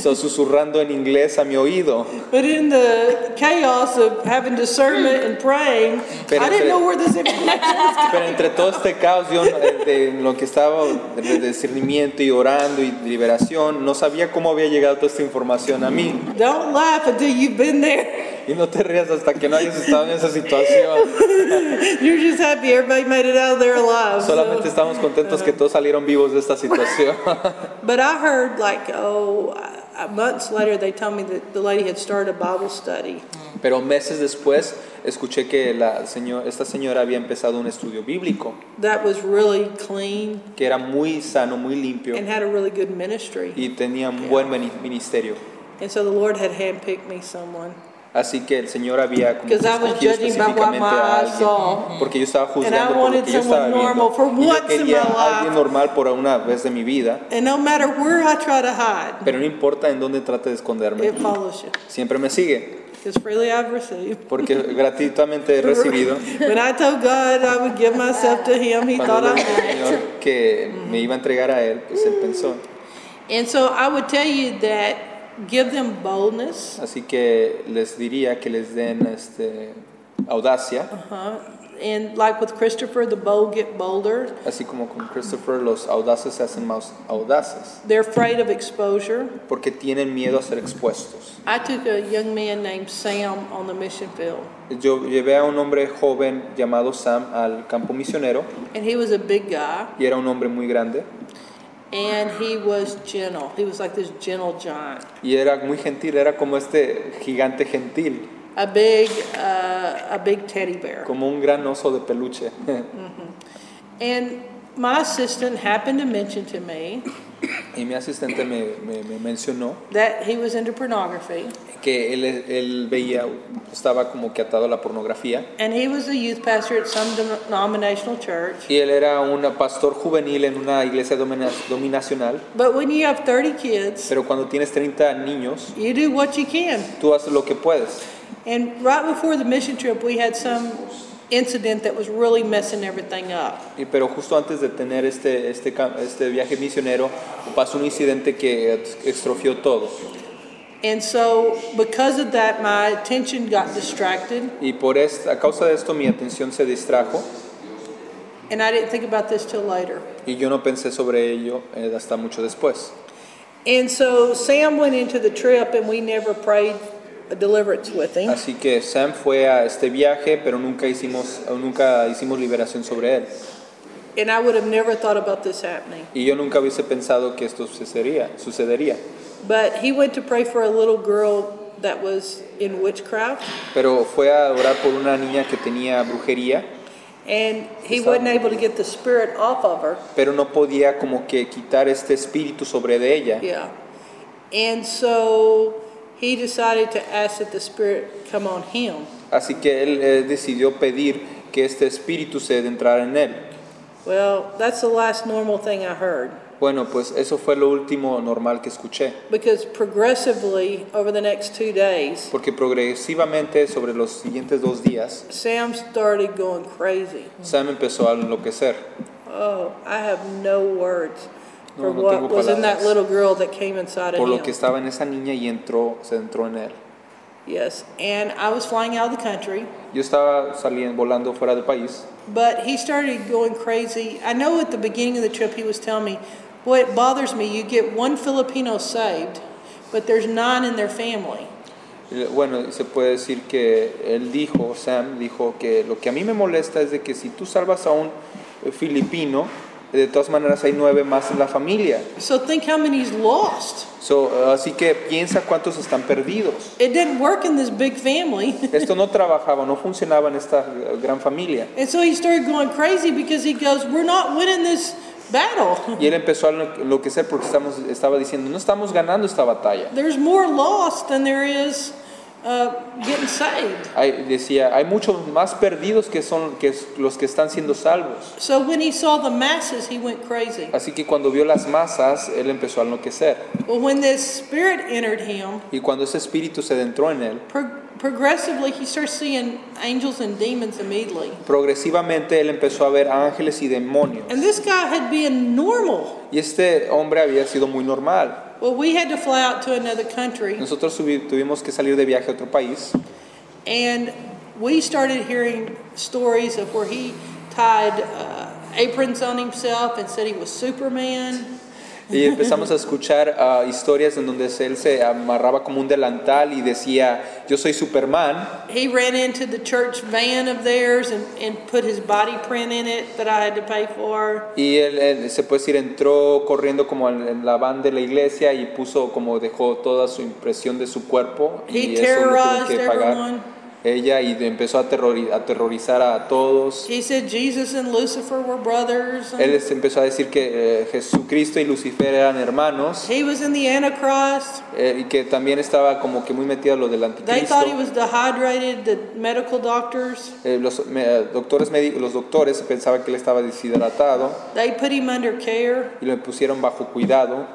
B: so- susurrando en inglés a mi oído.
A: But in the chaos of having discernment and praying,
B: Pero
A: I didn't
B: entre-
A: know where this information was.
B: Pero entre todo este caos, yo eh, de, en lo que estaba de discernimiento y orando y liberación, no sabía cómo había llegado toda esta información a mí.
A: Don't laugh until you've been there.
B: Y no te rías hasta que no hayas estado en esa situación.
A: You're just happy everybody made it out of there alive. so-
B: Solamente estamos contentos que todos salieron vivos de esta situación.
A: But I heard like, oh, uh, months later, they told me that the lady had started a Bible study.
B: Pero meses después escuché que la señor, esta señora había empezado un estudio bíblico
A: that was really clean
B: que era muy sano, muy limpio
A: and had a really good ministry.
B: y tenía un buen mini- ministerio.
A: And so the Lord had handpicked me someone.
B: Así que el Señor había como que
A: Because I was
B: escogido
A: judging by what
B: específicamente
A: my
B: a
A: eyes
B: alguien
A: saw.
B: porque yo estaba juzgando
A: And I
B: por lo
A: wanted
B: que yo estaba
A: someone normal for
B: viendo y yo
A: once in
B: quería
A: my life.
B: a alguien normal por una vez de mi vida
A: And no matter where I try to hide,
B: pero no importa en dónde trate de esconderme
A: it follows you.
B: siempre me sigue
A: Because freely I've received.
B: porque gratuitamente he recibido
A: When I told God I would give myself to Him, He
B: cuando
A: thought I
B: le dije al
A: had.
B: Señor que me iba a entregar a él pues él pensó
A: And so I would tell you that give them boldness.
B: así que les diría que les den este audacia
A: Uh-huh. And like with Christopher, the bold get bolder.
B: así como con Christopher los audaces se hacen más audaces
A: They're afraid of exposure.
B: porque tienen miedo a ser expuestos
A: I took a young man named Sam on the mission field.
B: Yo llevé a un hombre joven llamado Sam al campo misionero
A: And he was a big guy,
B: y era un hombre muy grande
A: and he was gentle. He was like this gentle giant,
B: y era muy gentil, era como este gigante gentil,
A: a big, uh, a big teddy bear.
B: como un gran oso de peluche.
A: And my assistant happened to mention to me
B: Y mi asistente me, me- me mencionó
A: that he was into pornography,
B: que él, él veía, estaba como que atado a la pornografía
A: and he was a youth pastor at some denominational church.
B: y él era un pastor juvenil en una iglesia domina- dominacional,
A: But when you have 30 kids,
B: pero cuando tienes 30 niños,
A: you do what you can.
B: tú haces lo que puedes.
A: And right before the mission trip, we had some incident that was really messing everything up.
B: Y- Pero justo antes de tener este, este, ca- este viaje misionero, pasó un incidente que ex- extrofió todo.
A: And so, because of that, my attention got distracted,
B: Y por esta, a causa de esto mi atención se distrajo
A: and I didn't think about this till later.
B: y yo no pensé sobre ello eh, hasta mucho después.
A: And so, Sam went into the trip, and we never prayed a deliverance with him.
B: Así que Sam fue a este viaje, pero nunca hicimos, nunca hicimos liberación sobre él.
A: And I would have never thought about this happening.
B: Y yo nunca hubiese pensado que esto sucedería. sucedería.
A: But he went to pray for a little girl that was in witchcraft,
B: Pero fue a orar por una niña que tenía brujería,
A: and he wasn't able to get the spirit off of her.
B: pero no podía como que quitar este espíritu sobre de ella.
A: Yeah. And so, he decided to ask that the spirit come on him.
B: Así que él eh, decidió pedir que este espíritu se adentrara en él.
A: Well, that's the last normal thing I heard.
B: Bueno, pues eso fue lo último normal que escuché,
A: because progressively over the next two days,
B: porque progresivamente sobre los siguientes dos días,
A: Sam started going crazy.
B: Sam empezó a enloquecer.
A: Oh, I have no words
B: No,
A: for
B: no
A: what
B: tengo
A: was in that
B: palabras.
A: little girl that came inside
B: por lo
A: of
B: que
A: him.
B: estaba en esa niña y entró, se entró en él.
A: Yes, and I was flying out of the country,
B: Yo estaba saliendo, volando fuera del país
A: but he started going crazy. I know at the beginning of the trip he was telling me, "Boy, it bothers me. You get one Filipino saved, but there's nine in their family."
B: Eh, Bueno, se puede decir que él dijo, Sam dijo que lo que a mí me molesta es de que si tú salvas a un eh, filipino, eh, de todas maneras hay nueve más en la familia.
A: So think how many's lost.
B: So, eh, así que piensa cuántos están perdidos.
A: It didn't work in this big family.
B: Esto no trabajaba, no funcionaba en esta eh, gran familia.
A: And so he started going crazy because he goes, We're not winning this battle.
B: Y él empezó a enlo- enloquecer porque estamos, estaba diciendo, no estamos ganando esta batalla.
A: There's more lost than there is uh, getting saved.
B: Hay- decía, hay muchos más perdidos que son que es- los que están siendo salvos.
A: So when he saw the masses, he went crazy.
B: Así que cuando vio las masas, él empezó a enloquecer.
A: Well, when this spirit entered him,
B: Y cuando ese espíritu se adentró en él,
A: pro- progressively he starts seeing angels and demons immediately.
B: progresivamente él empezó a ver ángeles y demonios.
A: And this guy had been normal.
B: Y este hombre había sido muy normal.
A: Well, we had to fly out to another country,
B: Nosotros subi- tuvimos que salir de viaje a otro país
A: and we started hearing stories of where he tied uh, aprons on himself and said he was Superman.
B: y empezamos a escuchar ah, historias en donde él se amarraba como un delantal y decía, yo soy Superman.
A: He ran into the church van of theirs and, and put his body print in it that I had to pay for.
B: Y él, él, se puede decir, entró corriendo como en, en la van de la iglesia y puso como dejó toda su impresión de su cuerpo y
A: He
B: eso lo tuvo que
A: terrorized
B: pagar
A: everyone.
B: ella y empezó a aterrori- aterrorizar a todos.
A: He said Jesus and Lucifer were brothers.
B: Él les empezó a decir que eh, Jesucristo y Lucifer eran hermanos
A: He was in the Antichrist.
B: eh, y que también estaba como que muy metido a lo del
A: They thought he
B: anticristo.
A: was dehydrated, the medical doctors.
B: Eh, los, me- eh, doctores médi- los doctores pensaban que él estaba deshidratado
A: They put him under care.
B: y lo pusieron bajo cuidado.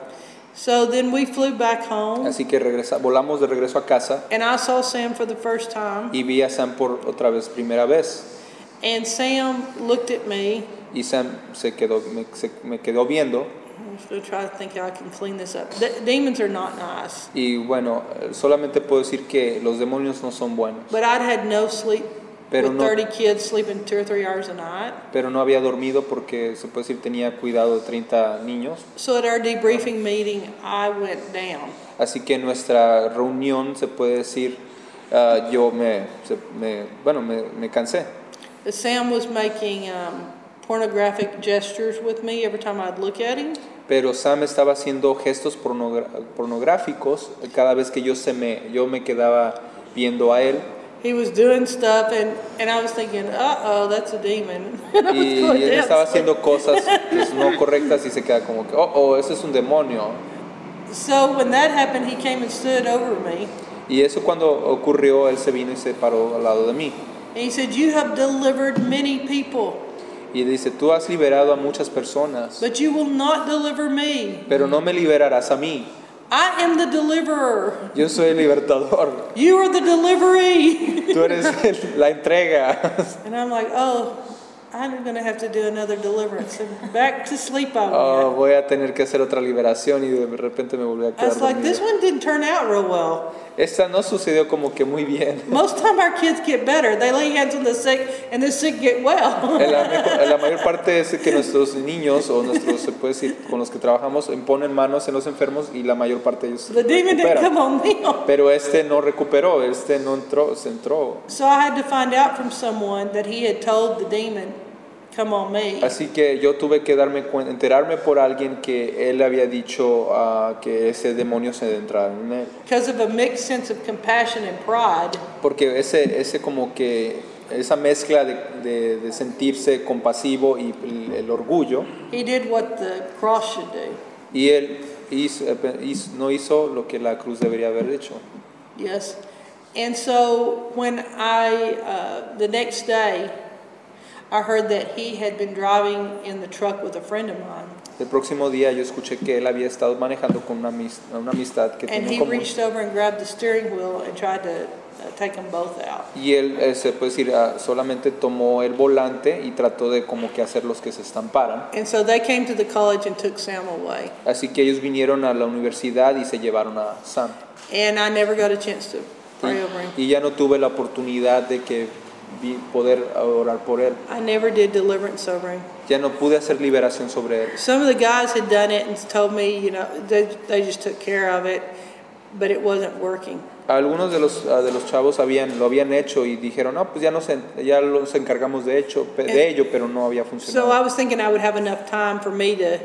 A: So then we flew back home,
B: Así que regresa, volamos de regreso a casa
A: and I saw Sam for the first time.
B: y vi a Sam por otra vez, primera vez.
A: And Sam looked at me.
B: Y Sam se quedó, me, se- me quedó viendo
A: I'm just going to try to think how I can clean this up. The, demons are not nice.
B: y bueno, eh, solamente puedo decir que los demonios no son buenos,
A: But I'd had no sleep
B: Pero
A: with
B: no-
A: 30 kids sleeping two or three hours a night.
B: pero no había dormido porque se puede decir tenía cuidado de 30 niños.
A: So at our debriefing meeting, I went down.
B: Así que en nuestra reunión se puede decir, ah, yo me, se- me- bueno, me, me cansé.
A: But Sam was making um, pornographic gestures with me every time I'd look at him.
B: Pero Sam estaba haciendo gestos pornogra- pornográficos cada vez que yo, se me, yo me quedaba viendo a él.
A: He was doing stuff, and, and I was thinking, uh oh, that's a demon. And I was
B: Y,
A: going
B: y él
A: down.
B: estaba haciendo cosas pues, no correctas y se queda como que, oh, oh, ese es un demonio.
A: So when that happened, he came and stood over me.
B: Y eso cuando ocurrió, él se vino y se paró al lado de mí.
A: And he said, You have delivered many people,
B: Y dice, tú has liberado a muchas personas,
A: but you will not deliver me.
B: pero no me liberarás a mí.
A: I am the deliverer.
B: Yo soy el libertador,
A: You are the delivery.
B: tú eres el- la entrega.
A: And I'm like, oh, I'm going to have to do another deliverance. And back to sleep I went.
B: Oh, voy a tener que hacer otra liberación y de repente me volví a
A: I
B: quedar
A: was like, this
B: dormido.
A: one didn't turn out real well.
B: Esta no sucedió como que muy bien.
A: Most time our kids get better. They lay hands on the sick and the sick get well.
B: En La, mejo- en la mayor parte es que nuestros niños o nuestros, se puede decir, con los que trabajamos, ponen manos en los enfermos y la mayor parte de ellos
A: The demon didn't
B: recuperan.
A: come on them.
B: Pero este no recuperó, este no entró, se entró.
A: So I had to find out from someone that he had told the demon, come on me.
B: Así que yo tuve que darme cuen- enterarme por alguien que él había dicho ah, que ese demonio se adentrara en él.
A: Because of a mixed sense of compassion and pride,
B: Porque ese, ese como que, esa mezcla de, de- de sentirse compasivo y el, el orgullo,
A: he did what the cross should do.
B: y él hizo- eh, pe- hizo- no hizo lo que la cruz debería haber hecho.
A: Yes. And so when I, uh, the next day, I heard that he had been driving in the truck with a friend of mine.
B: El próximo día yo escuché que él había estado manejando con una, amis- una amistad que
A: And
B: tenía en
A: he
B: común.
A: reached over and grabbed the steering wheel and tried to uh, take them both out.
B: Y él, eh, se puede decir, ah, solamente tomó el volante y trató de como que hacer los que se estamparan.
A: And so they came to the college and took Sam away.
B: Así que ellos vinieron a la universidad y se llevaron a Sam.
A: And I never got a chance to pray over him.
B: Y, y ya no tuve la oportunidad de que vi- poder orar por él.
A: I never did deliverance over him.
B: Ya no pude hacer liberación sobre él.
A: Some of the guys had done it and told me, you know, they, they just took care of it, but it wasn't working.
B: Algunos de los, ah, de los chavos habían, lo habían hecho y dijeron, no, pues ya nos, en- ya nos encargamos de, hecho, pe- de ello, pero no había
A: Eh, So ah, I
B: funcionado.
A: was thinking I would have enough time for me to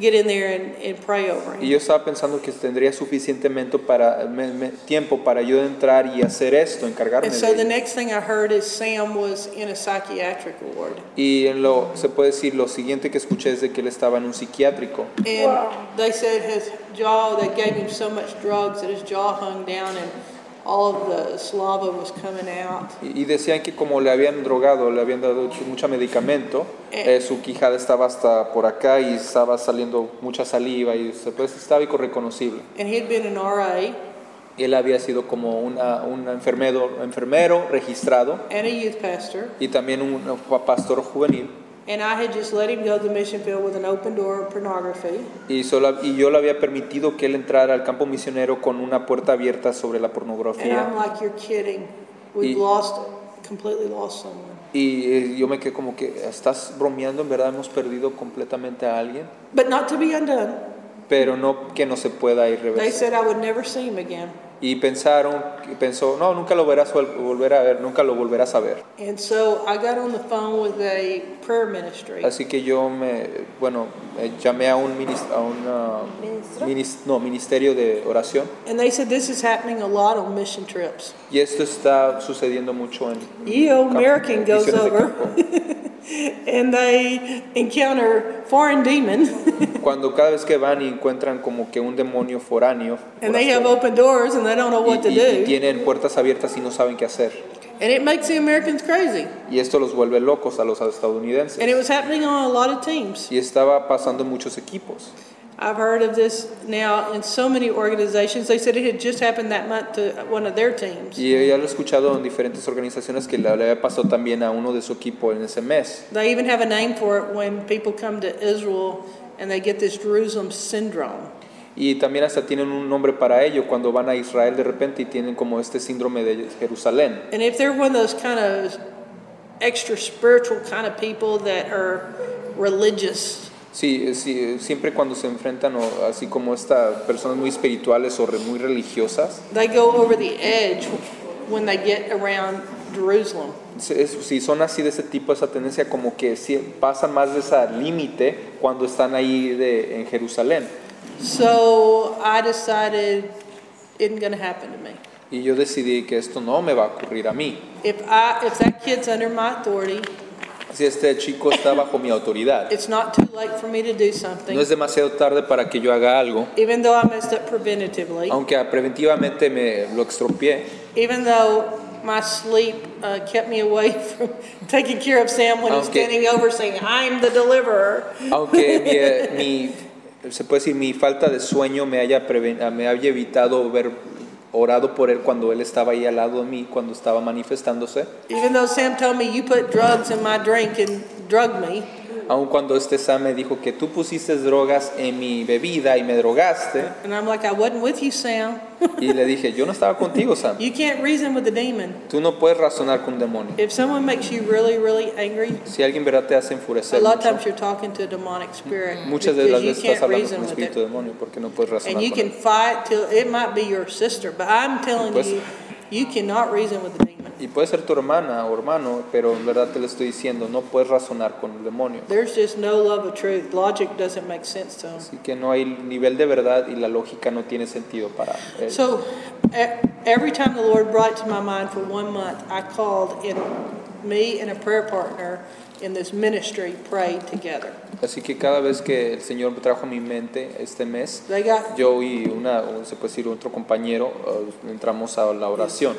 A: get in there and, and pray over
B: Y
A: him.
B: yo estaba pensando que tendría suficientemente para, me- me- tiempo para yo entrar y hacer esto, encargarme
A: And so
B: de
A: the
B: ello.
A: next thing I heard is Sam was in a psychiatric ward.
B: Y en lo, se puede decir, lo siguiente que escuché es de que él estaba en un psiquiátrico.
A: And they said his jaw, they gave him so much drugs that his jaw hung down and all of the saliva was coming out.
B: Y y decían que como le habían drogado, le habían dado ch- mucho medicamento,
A: Eh.
B: eh, su quijada estaba hasta por acá y estaba saliendo mucha saliva y se- pues, estaba irreconocible.
A: And he'd been an RA
B: Él había sido como una- un enfermero, enfermero registrado
A: and a youth pastor.
B: y también un un pastor juvenil.
A: And I had just let him go to the mission field with an open door of pornography.
B: Y, solo, y yo le había permitido que él entrara al campo misionero con una puerta abierta sobre la
A: And I'm
B: pornografía.
A: like, you're kidding. We've
B: Y-
A: lost, completely lost someone.
B: Y eh, yo me quedé como que, ¿estás bromeando? ¿En verdad hemos perdido completamente a alguien?
A: But not to be undone.
B: Pero no que no se pueda ir
A: They
B: reversa.
A: said I would never see him again.
B: Y pensaron, y pensó, no, nunca lo verás vol- volver a ver, nunca lo volverás a ver.
A: And so I got on the phone with a prayer ministry.
B: Así que yo me, bueno, eh, llamé a un, minis- a un ah,
C: ¿Ministro?
B: minis- no, ministerio de oración
A: And they said this is happening a lot on mission trips.
B: y esto está sucediendo mucho en...
A: EO
B: campo-
A: American goes
B: misiones de
A: over.
B: campo.
A: and they encounter foreign demon
B: Cuando cada vez que van y encuentran como que un demonio foráneo
A: and they have
B: forastero,
A: open doors and they don't know what
B: y,
A: to
B: y- y
A: do.
B: tienen puertas abiertas y no saben qué hacer.
A: And it makes the Americans crazy.
B: Y esto los vuelve locos a los
A: And it
B: estadounidenses.
A: was happening on a lot of teams.
B: Y estaba pasando en muchos equipos.
A: I've heard of this now in so many organizations. They said it had just happened that month to one of their teams.
B: Y ya lo he escuchado en diferentes organizaciones que le le había pasado también a uno de su equipo en ese mes.
A: They even have a name for it when people come to Israel and they get this Jerusalem syndrome.
B: Y también hasta tienen un nombre para ello cuando van a Israel de repente y tienen como este síndrome de Jerusalén.
A: And if they're one of those kind of extra spiritual kind of people that are religious,
B: Sí, sí, siempre cuando se enfrentan o así como estas personas muy espirituales o re- muy religiosas,
A: they go over the edge when they get around Jerusalem.
B: se- es- si son así de ese tipo, esa tendencia como que sí, pasan más de ese límite cuando están ahí de, en Jerusalén.
A: So I decided it isn't going to happen to me.
B: Y yo decidí que esto no me va a ocurrir a mí.
A: If I if that kid's under my authority,
B: Si este chico está bajo mi autoridad.
A: it's not too late for me to do something.
B: No es demasiado tarde para que yo haga algo.
A: even though I messed up preventatively,
B: Aunque preventivamente me lo extropié,
A: even though my sleep uh, kept me away from taking care of Sam when he's
B: Okay.
A: standing over saying, "I'm the deliverer."
B: aunque mi, eh, mi- se puede decir, mi falta de sueño me haya, preven- ah, me haya evitado ver orado por él cuando él estaba ahí al lado de mí, cuando estaba manifestándose,
A: Even though Sam told me you put drugs in my drink and drugged me,
B: aun cuando este Sam me dijo que tú pusiste drogas en mi bebida y me drogaste,
A: and I'm like, I wasn't with you, Sam.
B: y le dije, yo no estaba contigo, Sam,
A: you can't reason with a demon.
B: tú no puedes razonar con un demonio.
A: If someone makes you really, really angry,
B: Si alguien verdad te hace
A: a
B: enfurecer,
A: lot of
B: mucho,
A: times you're talking to a demonic spirit
B: muchas de las
A: because you
B: veces estás
A: can't
B: hablando con
A: reason
B: un
A: with
B: espíritu
A: it.
B: demonio porque no puedes razonar
A: And you
B: con
A: can
B: él.
A: fight till it might be your sister, but I'm telling
B: Pues-
A: you, you cannot reason with a demon.
B: Y puede ser tu hermana o hermano, pero en verdad te lo estoy diciendo, no puedes razonar con el demonio.
A: There's just no love of truth. Logic doesn't make sense to them.
B: Así que no hay nivel de verdad y la lógica no tiene sentido para él.
A: So e- every time the Lord brought it to my mind for one month, I called and me and a prayer partner in this ministry prayed together.
B: Así que cada vez que el Señor trajo a mi mente este mes,
A: They got
B: yo y una, o se puede decir otro compañero, eh, entramos a la oración.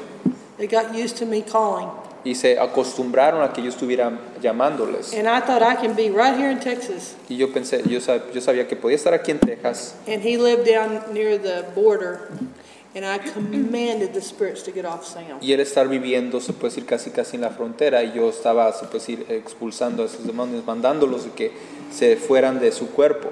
A: they got used to me calling.
B: y se acostumbraron a que yo estuviera llamándoles.
A: And I thought I can be right here in Texas.
B: Y yo pensé, yo, sab- yo sabía que podía estar aquí en Texas
A: And he lived down near the border. And I commanded the spirits to get off Sam.
B: y él estar viviendo, se puede decir, casi casi en la frontera y yo estaba, se puede decir, expulsando a esos demonios, mandándolos de que se fueran de su cuerpo.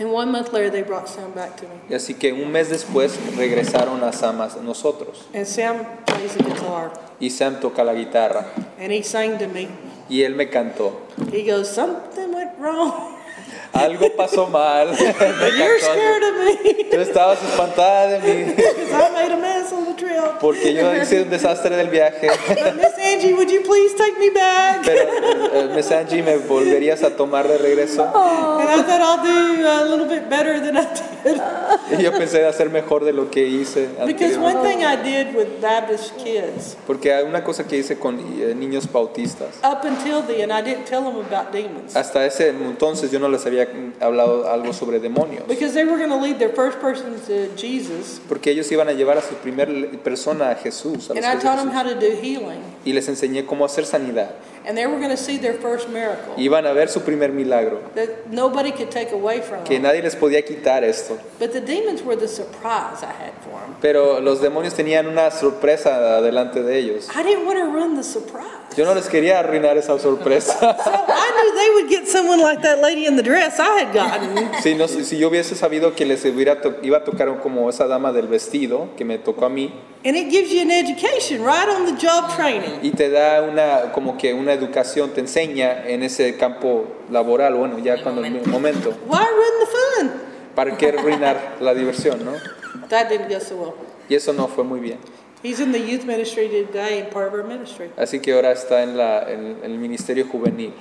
A: And one month later, they brought Sam back to me.
B: Y así que un mes después regresaron las amas nosotros
A: And Sam plays the guitar.
B: y Sam toca la guitarra
A: And he sang to me.
B: y él me cantó.
A: He goes, Something went wrong.
B: Algo pasó mal. Me
A: You're
B: cantó.
A: scared of me
B: Tú estabas espantada de mí
A: because I made a mess on the trip.
B: porque yo hice un desastre del viaje.
A: But Miss Angie, would you please take me back?
B: Pero, eh, Miss Angie, ¿me volverías a tomar de regreso?
A: And I thought I'll do a little bit better than I did.
B: Y yo pensé de hacer mejor de lo que hice
A: Because
B: anteriormente.
A: one thing I did with Baptist kids,
B: Porque hay una cosa que hice con eh, niños bautistas.
A: up until then, I didn't tell them about demons.
B: Hasta ese entonces yo no les había mm, hablado algo sobre demonios.
A: Because they were going to lead their first person to Jesus.
B: Porque ellos iban a llevar a su primera persona a Jesús. a
A: And
B: los
A: I
B: pies de
A: taught them
B: Jesús.
A: how to do healing.
B: Y les enseñé cómo hacer sanidad.
A: And they were going to see their first miracle
B: Iban a ver su primer milagro.
A: that nobody could take away from
B: Que
A: them.
B: nadie les podía quitar esto.
A: But the demons were the surprise I had for them.
B: Pero los demonios tenían una sorpresa delante de ellos.
A: I didn't want to ruin the surprise.
B: Yo no les quería arruinar esa sorpresa.
A: So I knew they would get someone like that lady in the dress I had gotten.
B: Si, no- si yo hubiese sabido que les hubiera to- iba a tocar como esa dama del vestido que me tocó a mí
A: And it gives you an education right on the job training.
B: y te da una como que una educación, te enseña en ese campo laboral, bueno, ya cuando en el momento,
A: Why ruin the
B: para qué arruinar la diversión, ¿no?
A: fun? That didn't go so well.
B: Y eso no fue muy bien.
A: He's in the youth ministry today and part of our ministry.
B: Así que ahora está en, la, en- en el Ministerio Juvenil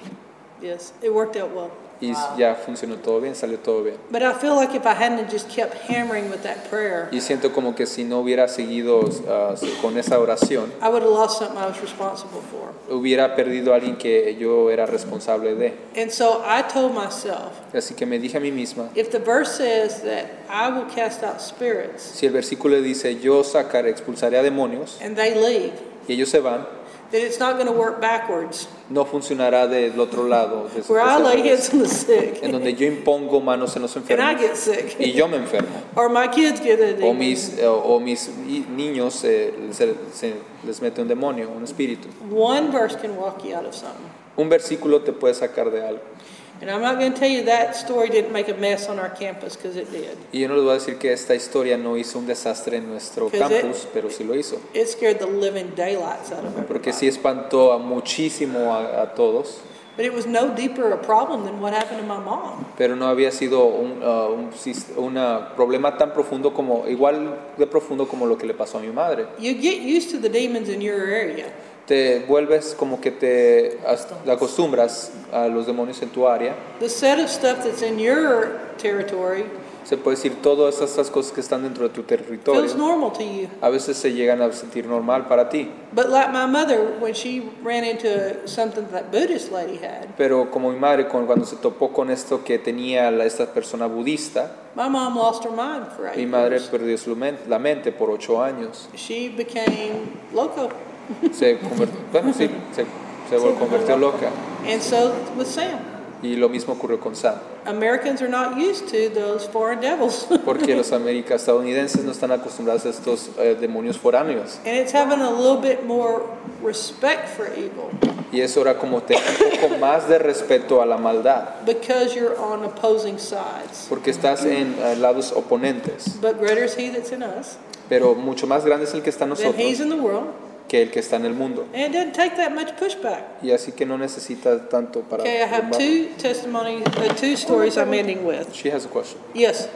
A: Yes, it worked out well.
B: y ya funcionó todo bien, salió todo bien.
A: But I feel like if I hadn't just kept hammering with that prayer,
B: Y siento como que si no hubiera seguido ah, con esa oración,
A: I would have lost something I was responsible for.
B: hubiera perdido a alguien que yo era responsable de.
A: And so I told myself,
B: Así que me dije a mí misma,
A: if the verse says that I will cast out spirits
B: si el versículo dice, yo sacaré, expulsaré a demonios,
A: and they leave,
B: y ellos se van,
A: then it's not going to work backwards.
B: no funcionará del otro lado, de-
A: Where I
B: de-
A: lay hands on the sick
B: en donde yo impongo manos en los
A: and I
B: enfermos
A: get sick,
B: y yo me enfermo,
A: or my kids get it.
B: o mis, eh, o mis i- niños eh, se- se les mete un demonio, un espíritu.
A: One verse can walk you out of something.
B: Un versículo te puede sacar de algo.
A: And I'm not going to tell you that story didn't make a mess on our campus because it did.
B: Y yo no les voy a decir que esta historia no hizo un desastre en nuestro
A: Pues, eh,
B: campus, pero sí lo hizo.
A: It scared the living daylights out of everybody.
B: Porque sí espantó a muchísimo a, a todos,
A: But it was no deeper a problem than what happened to my mom.
B: pero no había sido un, ah, un sis- una problema tan profundo como, igual de profundo como lo que le pasó a mi madre.
A: You get used to the demons in your area.
B: Te vuelves como que te as- acostumbras a los demonios en tu área.
A: The set of stuff that's in your territory
B: Se puede decir todas esas cosas que están dentro de tu
A: feels
B: territorio.
A: normal to you.
B: A veces se llegan a sentir normal para ti.
A: But like my mother, when she ran into something that Buddhist lady had,
B: Pero como mi madre, con- cuando se topó con esto que tenía la- esta persona budista,
A: My mom lost her mind for eight
B: mi madre
A: years.
B: perdió su men- la mente por ocho años.
A: She became loco,
B: Se convirtió, bueno, sí, se, se vol- convirtió loca.
A: and so with Sam.
B: Y lo mismo ocurrió con Sam.
A: Americans are not used to those foreign devils, and
B: Porque los americanos estadounidenses no están acostumbrados a estos eh, demonios foráneos.
A: it's having a little bit more respect for evil
B: Y eso era como tener un poco más de respeto a la maldad.
A: because you're on opposing sides.
B: Porque estás en eh, lados oponentes.
A: But greater is He that's in us
B: Pero mucho más grande es el que está en
A: than He's
B: nosotros
A: in the world,
B: que el que está en el mundo.
A: and it doesn't take that much pushback.
B: Y así que no necesita tanto para...
A: Okay, I have two testimonies, uh, two stories I'm ending with.
B: She has a question.
A: Yes,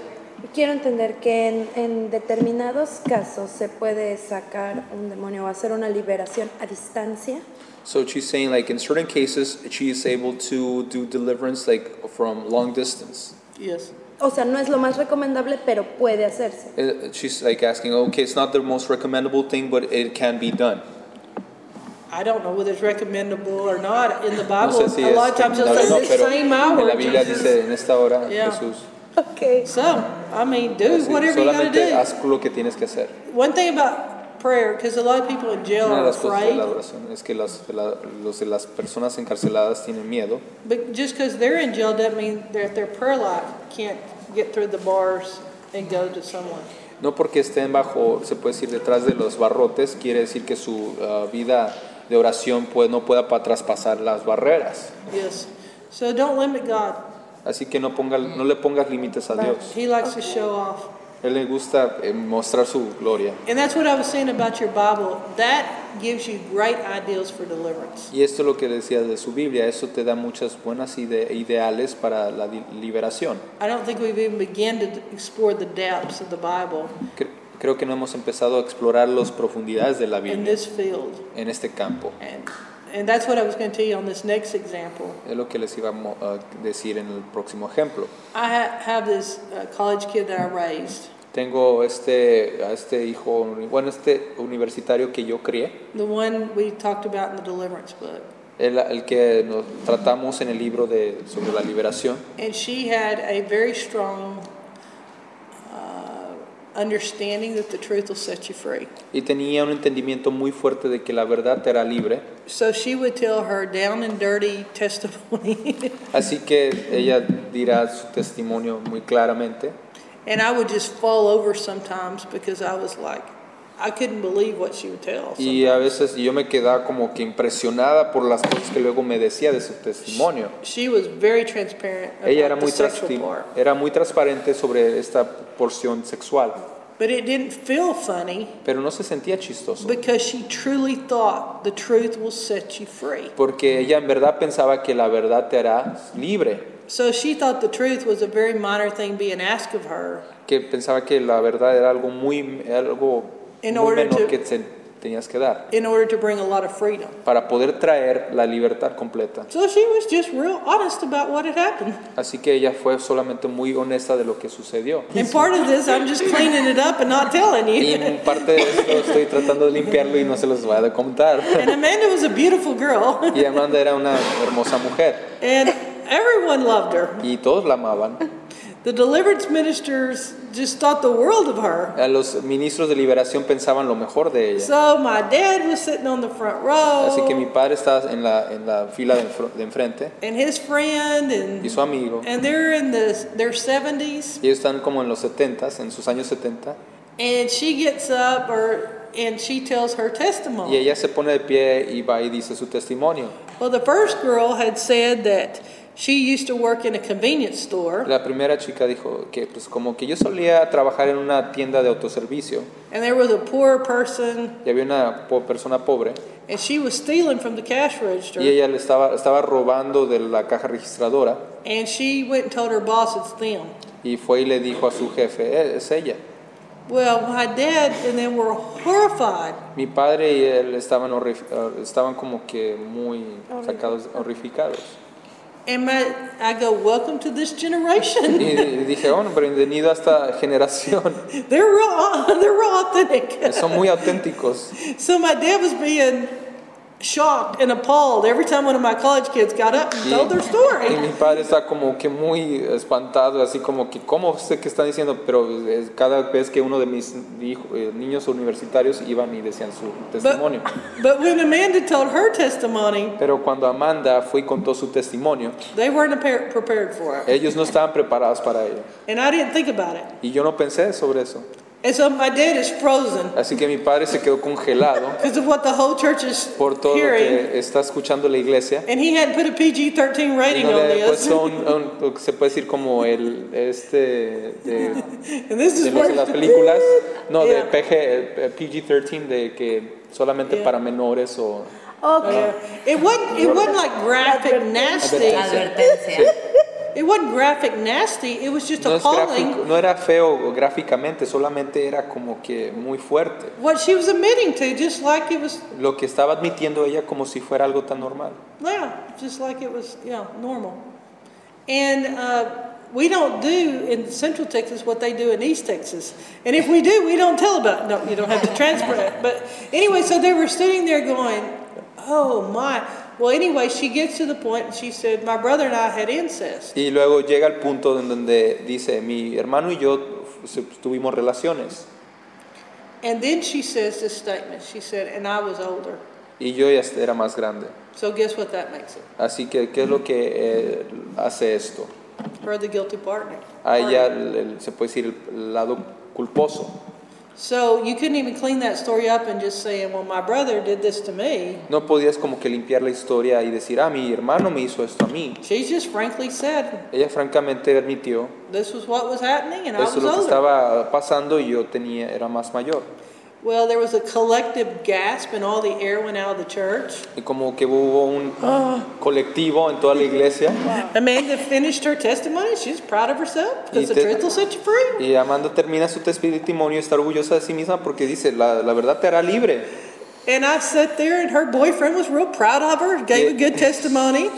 D: Quiero entender que en, en determinados casos se puede sacar un demonio o hacer una liberación a distancia.
B: So she's saying like in certain cases she is able to do deliverance like from long distance.
A: yes.
D: O sea, no es lo más recomendable, pero puede hacerse.
B: Uh, She's like asking, okay, it's not the most recommendable thing, but it can be done.
A: I don't know whether it's recommendable or not. In the
B: No
A: Bible,
B: sé si
A: a lot
B: es
A: of times it'll
B: recomendable,
A: say
B: no,
A: this
B: pero
A: same hour.
B: en la Biblia
A: Jesus."
B: dice en esta hora
A: Yeah.
B: Jesús.
D: Ok.
A: So, I mean, do
B: Así,
A: whatever you gotta
B: solamente
A: do.
B: haz lo que tienes que hacer.
A: One thing about prayer because a lot of people in jail
B: Una de
A: are
B: las cosas de la
A: afraid.
B: oración es que las, la- los de las personas encarceladas tienen miedo,
A: But just because they're in jail doesn't mean that their prayer life can't get through the bars and go to someone.
B: no porque estén bajo, se puede decir, detrás de los barrotes, quiere decir que su ah, vida de oración pues, no pueda pa- traspasar las barreras.
A: Yes. So don't limit God.
B: Así que no, ponga, no le pongas límites a Dios.
A: He likes to show off.
B: Él le gusta eh, mostrar su gloria.
A: And that's what I was saying about your Bible. That gives you great ideals for deliverance.
B: Y esto es lo que decía de su Biblia, eso te da muchas buenas ide- ideales para la di- liberación.
A: I don't think we've even begun to explore the depths of the Bible
B: Cre- creo que no hemos empezado a explorar las profundidades de la
A: in
B: Biblia
A: this field.
B: en este campo.
A: And, and that's what I was going to tell you on this next example.
B: Es lo que les iba a mo- a decir en el próximo ejemplo.
A: I ha- have this uh, college kid that I raised,
B: Tengo este, a este hijo, bueno, este universitario que yo crié,
A: the one we talked about in the deliverance book.
B: el, el que nos tratamos en el libro de, sobre la liberación.
A: And she had a very strong uh, understanding that the truth will set you free.
B: Y tenía un entendimiento muy fuerte de que la verdad te hará libre.
A: So she would tell her down and dirty testimony,
B: Así que ella dirá su testimonio muy claramente.
A: and I would just fall over sometimes because I was like, I couldn't believe what she would tell.
B: Y a veces yo me quedaba como que impresionada por las cosas que luego me decía de su testimonio.
A: She was very transparent about
B: Ella era
A: the
B: muy,
A: sexual
B: trasti-
A: part,
B: era muy transparente sobre esta porción sexual,
A: but it didn't feel funny
B: pero no se sentía chistoso,
A: because she truly thought the truth will set you free.
B: porque ella en verdad pensaba que la verdad te hará libre,
A: So she thought the truth was a very minor thing being asked of her
B: que pensaba que la verdad era algo muy, algo
A: In
B: muy
A: order
B: menor
A: to-
B: que te- tenías que dar
A: in order to bring a lot of freedom.
B: para poder traer la libertad completa.
A: So she was just real honest about what had happened.
B: Así que ella fue solamente muy honesta de lo que sucedió.
A: And part of this, I'm just cleaning it up and not telling
B: Y
A: you.
B: en parte de esto estoy tratando de limpiarlo y no se los voy a contar.
A: And Amanda was a beautiful girl,
B: Y Amanda era una hermosa mujer
A: and everyone loved her.
B: y todos la amaban.
A: The deliverance ministers just thought the world of her.
B: A los ministros de liberación pensaban lo mejor de ella.
A: So my dad was sitting on the front
B: Así que mi
A: row,
B: padre estaba en la, en la fila de, enfr- de enfrente
A: and his friend,
B: y
A: and
B: su amigo.
A: and they're in the their 70s.
B: Y ellos están como en los 70s, en sus años 70.
A: And she gets up, or and she tells her
B: Y
A: testimony.
B: ella se pone de pie y va y dice su testimonio.
A: Well, the first girl had said that she used to work in a convenience store,
B: La primera chica dijo que pues como que yo solía trabajar en una tienda de autoservicio
A: and there was a poor person
B: y había una po- persona pobre
A: And she was stealing from the cash register.
B: y ella le estaba, estaba robando de la caja registradora
A: And she went and told her boss it's them.
B: y fue y le dijo a su jefe, "Eh, es ella.
A: Well, my dad and them were horrified.
B: Mi padre y él estaban, horri- eh, estaban como que muy sacados, horrificados.
A: And my, I go, welcome to this
B: Y,
A: generation.
B: y dije, bueno, pero bienvenido a esta generación.
A: they're real, they're real authentic.
B: Son muy auténticos.
A: So my dad was being shocked and appalled every time one of my college kids got up and
B: Y,
A: told their
B: y
A: story.
B: mi padre está como que muy espantado, así como que, ¿cómo sé que están diciendo? Pero eh, cada vez que uno de mis hijo- eh, niños universitarios iban y decían su testimonio.
A: But, but when Amanda told her testimony,
B: Pero cuando Amanda fue y contó su testimonio,
A: they weren't apar- prepared for it.
B: ellos no estaban preparados para ello.
A: And I didn't think about it.
B: Y yo no pensé sobre eso.
A: And so my dad is frozen
B: Así que mi padre se quedó congelado.
A: because of what the whole church is
B: por todo lo
A: hearing.
B: que está escuchando la iglesia.
A: And he hadn't put a PG 13
B: Y
A: rating
B: no
A: on
B: le he
A: this.
B: puesto un, un- lo que se puede decir como el este de,
A: And this
B: de
A: is
B: los de
A: where.
B: las películas, no de
A: Yeah.
B: PG, eh, PG-13 de que solamente
A: Yeah.
B: para menores o
C: Okay.
A: Yeah. It wasn't, it wasn't like graphic nasty.
B: eh,
E: Advertencia.
A: It wasn't graphic nasty. It was just
B: no, es
A: appalling
B: gráfico- no era feo gráficamente, solamente era como que muy fuerte.
A: what she was admitting to, just like it was,
B: Lo que estaba admitiendo ella como si fuera algo tan normal.
A: yeah, just like it was, yeah, normal. And uh, we don't do in Central Texas what they do in East Texas. And if we do, we don't tell about it. No, you don't have to transfer it. But anyway, so they were sitting there going, oh my. Well, anyway, she gets to the point and she said, my brother and I had incest.
B: Y luego llega el punto en donde dice, mi hermano y yo f- se- tuvimos relaciones.
A: And then she says this statement. She said, and I was older.
B: Y yo ya era más grande.
A: So guess what that makes it?
B: Así que, ¿qué es lo que eh, hace esto?
A: Her the guilty partner.
B: A ella el- el- se puede decir el lado culposo.
A: So you couldn't even clean that story up and just saying, well, my brother did this to me.
B: No podías como que limpiar la historia y decir, ah, mi hermano me hizo esto a mí.
A: She just frankly said,
B: Ella francamente admitió,
A: this was what was happening and I
B: eso
A: was
B: es lo que
A: older.
B: estaba pasando y yo tenía, era más mayor.
A: Well, there was a collective gasp and all the air went out of the church.
B: Y como que hubo un colectivo en toda la iglesia.
A: Amanda finished her testimony. She's proud of herself because the
B: Y te-
A: truth will set you free.
B: Y Amanda termina su testimonio y está orgullosa de sí misma porque dice, la, la verdad te hará libre.
A: And I sat there and her boyfriend was real proud of her, gave a good testimony.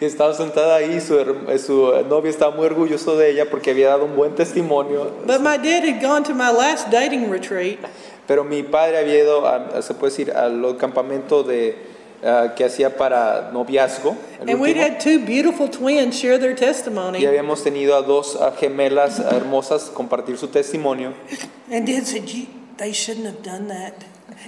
B: Y estaba sentada ahí, su, her- su novio estaba muy orgulloso de ella porque había dado un buen testimonio.
A: But my dad had gone to my last dating retreat
B: Pero mi padre había ido, a- a- se puede decir, al campamento de, ah, que hacía para noviazgo. el
A: and we'd
B: último.
A: had two beautiful twins share their testimony.
B: Y habíamos tenido a dos ah, gemelas hermosas compartir su testimonio.
A: And Dad said, "You, they shouldn't have done that.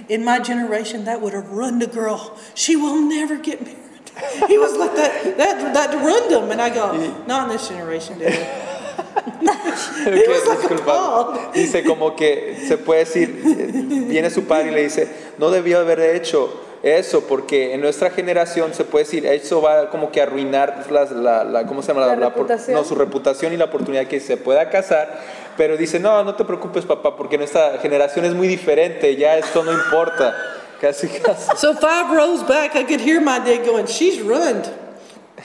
A: In my generation, that would have ruined a girl. She will never get married." He was like that. That that ruined him. And I go, "Not in this generation, Dad."
B: Que,
A: was like a
B: disculpa,
A: Paul.
B: Dice como que se puede decir, eh, viene su padre y le dice, no debió haber hecho eso porque en nuestra generación se puede decir, eso va como que a arruinar las- la, la- ¿cómo se llama?
D: La
B: por-
D: reputación.
B: no, su reputación y la oportunidad que se pueda casar. Pero dice, no, no te preocupes papá porque nuestra generación es muy diferente, ya esto no importa. Casi, casi.
A: So five rows back, I could hear my dad going, "She's ruined.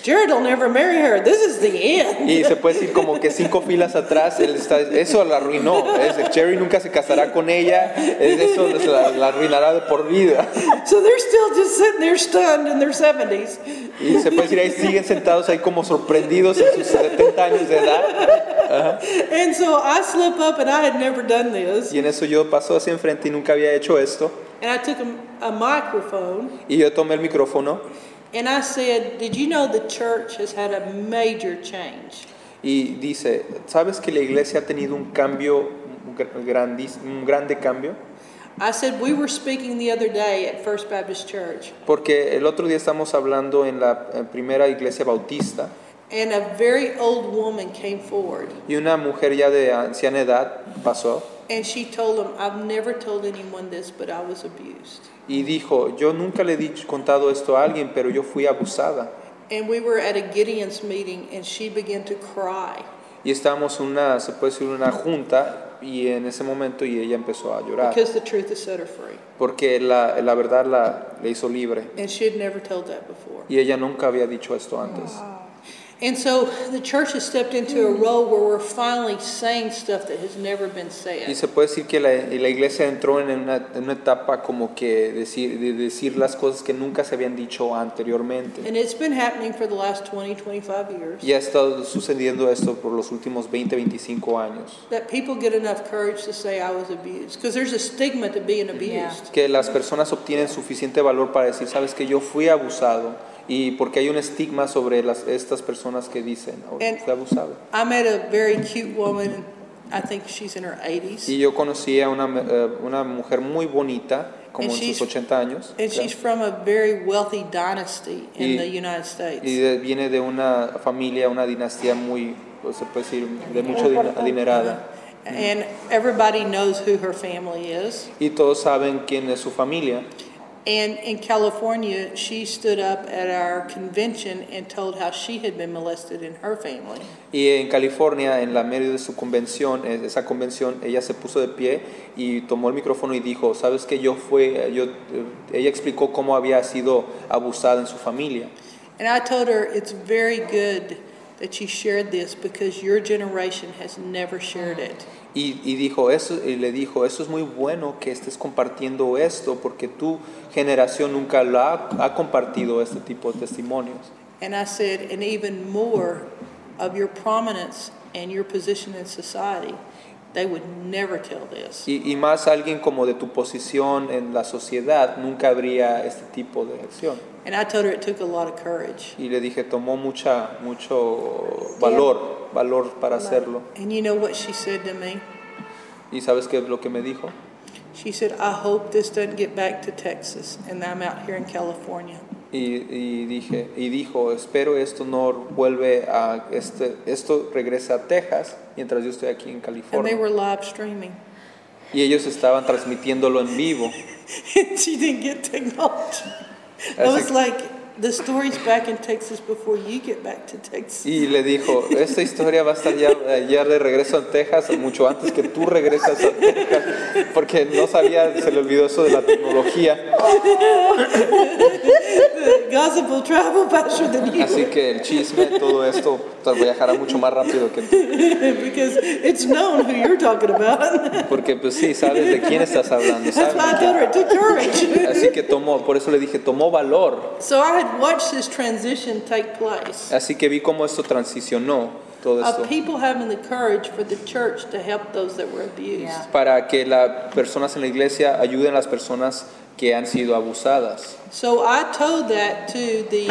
A: Jared will never marry her. This is the end."
B: Y se puede decir como que cinco filas atrás, él está- eso la arruinó. Es, Cherry nunca se casará con ella, es- eso la, la arruinará de por vida.
A: So they're still just sitting there stunned in their 70s.
B: Y se puede decir, ahí siguen sentados ahí como sorprendidos en sus 70 años de edad.
A: And so I slip up, and I had never done this.
B: Y en eso yo paso hacia enfrente y nunca había hecho esto.
A: And I took a, a microphone.
B: Y yo tomé el micrófono
A: And I said, Did you know the church has had a major change?
B: y dice, ¿sabes que la iglesia ha tenido un cambio, un, gr- grandis- un grande cambio?
A: I said, We were speaking the other day at First Baptist Church,
B: Porque el otro día estamos hablando en la eh, primera iglesia bautista
A: and a very old woman came forward,
B: y una mujer ya de anciana edad pasó
A: and she told them, I've never told anyone this, but I was abused.
B: y dijo, yo nunca le he dicho- contado esto a alguien, pero yo fui abusada.
A: And we were at a Gideon's meeting, and she began to cry
B: Y estábamos en una, se puede decir, una junta y en ese momento y ella empezó a llorar
A: because the truth has set her free.
B: porque la, la verdad la, la hizo libre
A: And she had never told that before.
B: y ella nunca había dicho esto antes.
A: And so the church has stepped into a role where we're finally saying stuff that has never been said.
B: Y se puede decir que la, y la iglesia entró en una, en una etapa como que decir, de decir las cosas que nunca se habían dicho anteriormente.
A: And it's been happening for the last 20, 25 years.
B: Y ha estado sucediendo esto por los últimos 20, 25 años.
A: That people get enough courage to say, I was abused. Because there's a stigma to being abused.
B: que las personas obtienen suficiente valor para decir, sabes que yo fui abusado y porque hay un estigma sobre las, estas personas que dicen, "Oh,
A: En-
B: fui abusado.
A: I met a very cute woman, I think she's in her 80s.
B: Y yo conocí a una, eh, una mujer muy bonita, como
A: And
B: en sus
A: she's-
B: 80 años,
A: And she's from a very wealthy dynasty in
B: Y-
A: the United
B: y
A: States.
B: de- viene de una familia, una dinastía muy, pues, se puede decir, de mucho din- adinerada.
A: And everybody knows who her family is.
B: Y todos saben quién es su familia.
A: And in California, she stood up at our convention and told how she had been molested in her family.
B: Y en California, en la medio de su convención, eh, esa convención, ella se puso de pie y tomó el micrófono y dijo, sabes que yo fui, eh, yo, eh, ella explicó cómo había sido abusada en su familia.
A: And I told her, it's very good that you shared this because your generation has never shared it.
B: Y, y dijo eso, y le dijo, eso es muy bueno que estés compartiendo esto porque tu generación nunca lo ha, ha compartido este tipo de testimonios.
A: And I said, and even more of your prominence and your position in society, they would never tell this.
B: Y, y más alguien como de tu posición en la sociedad nunca habría este tipo de acción.
A: And I told her it took a lot of courage.
B: y le dije tomó mucha mucho valor valor para hacerlo
A: And you know what she said to me?
B: y sabes qué es lo que me dijo
A: She said, I hope this doesn't get back to Texas and I'm out here in California.
B: Y, y dije, y dijo, espero esto no vuelve a, este, esto regresa a Texas mientras yo estoy aquí en
A: And they
B: California.
A: were live streaming.
B: Y ellos estaban transmitiéndolo en vivo.
A: she didn't get technology. I
B: That's
A: was
B: a-
A: like, the story's back in Texas before you get back to Texas.
B: Y le dijo, esta historia va a estar ya, ya de regreso a Texas mucho antes que tú regresas a Texas, porque no sabía, se le olvidó eso de la tecnología.
A: Gossip will travel faster than you
B: Así que el chisme, todo esto, pues, viajará mucho más rápido que tú,
A: because it's known who you're talking about.
B: porque pues sí, sabes de quién estás hablando.
A: That's
B: sabes
A: why I
B: de
A: told her it took
B: quién.
A: courage.
B: Así que tomó, por eso le dije, tomó valor.
A: so I had watched this transition take place
B: Así que vi cómo esto transicionó, todo esto,
A: of people having the courage for the church to help those that were abused.
E: Yeah.
B: para que las personas en la iglesia ayuden a las personas que han sido abusadas.
A: So I told that to the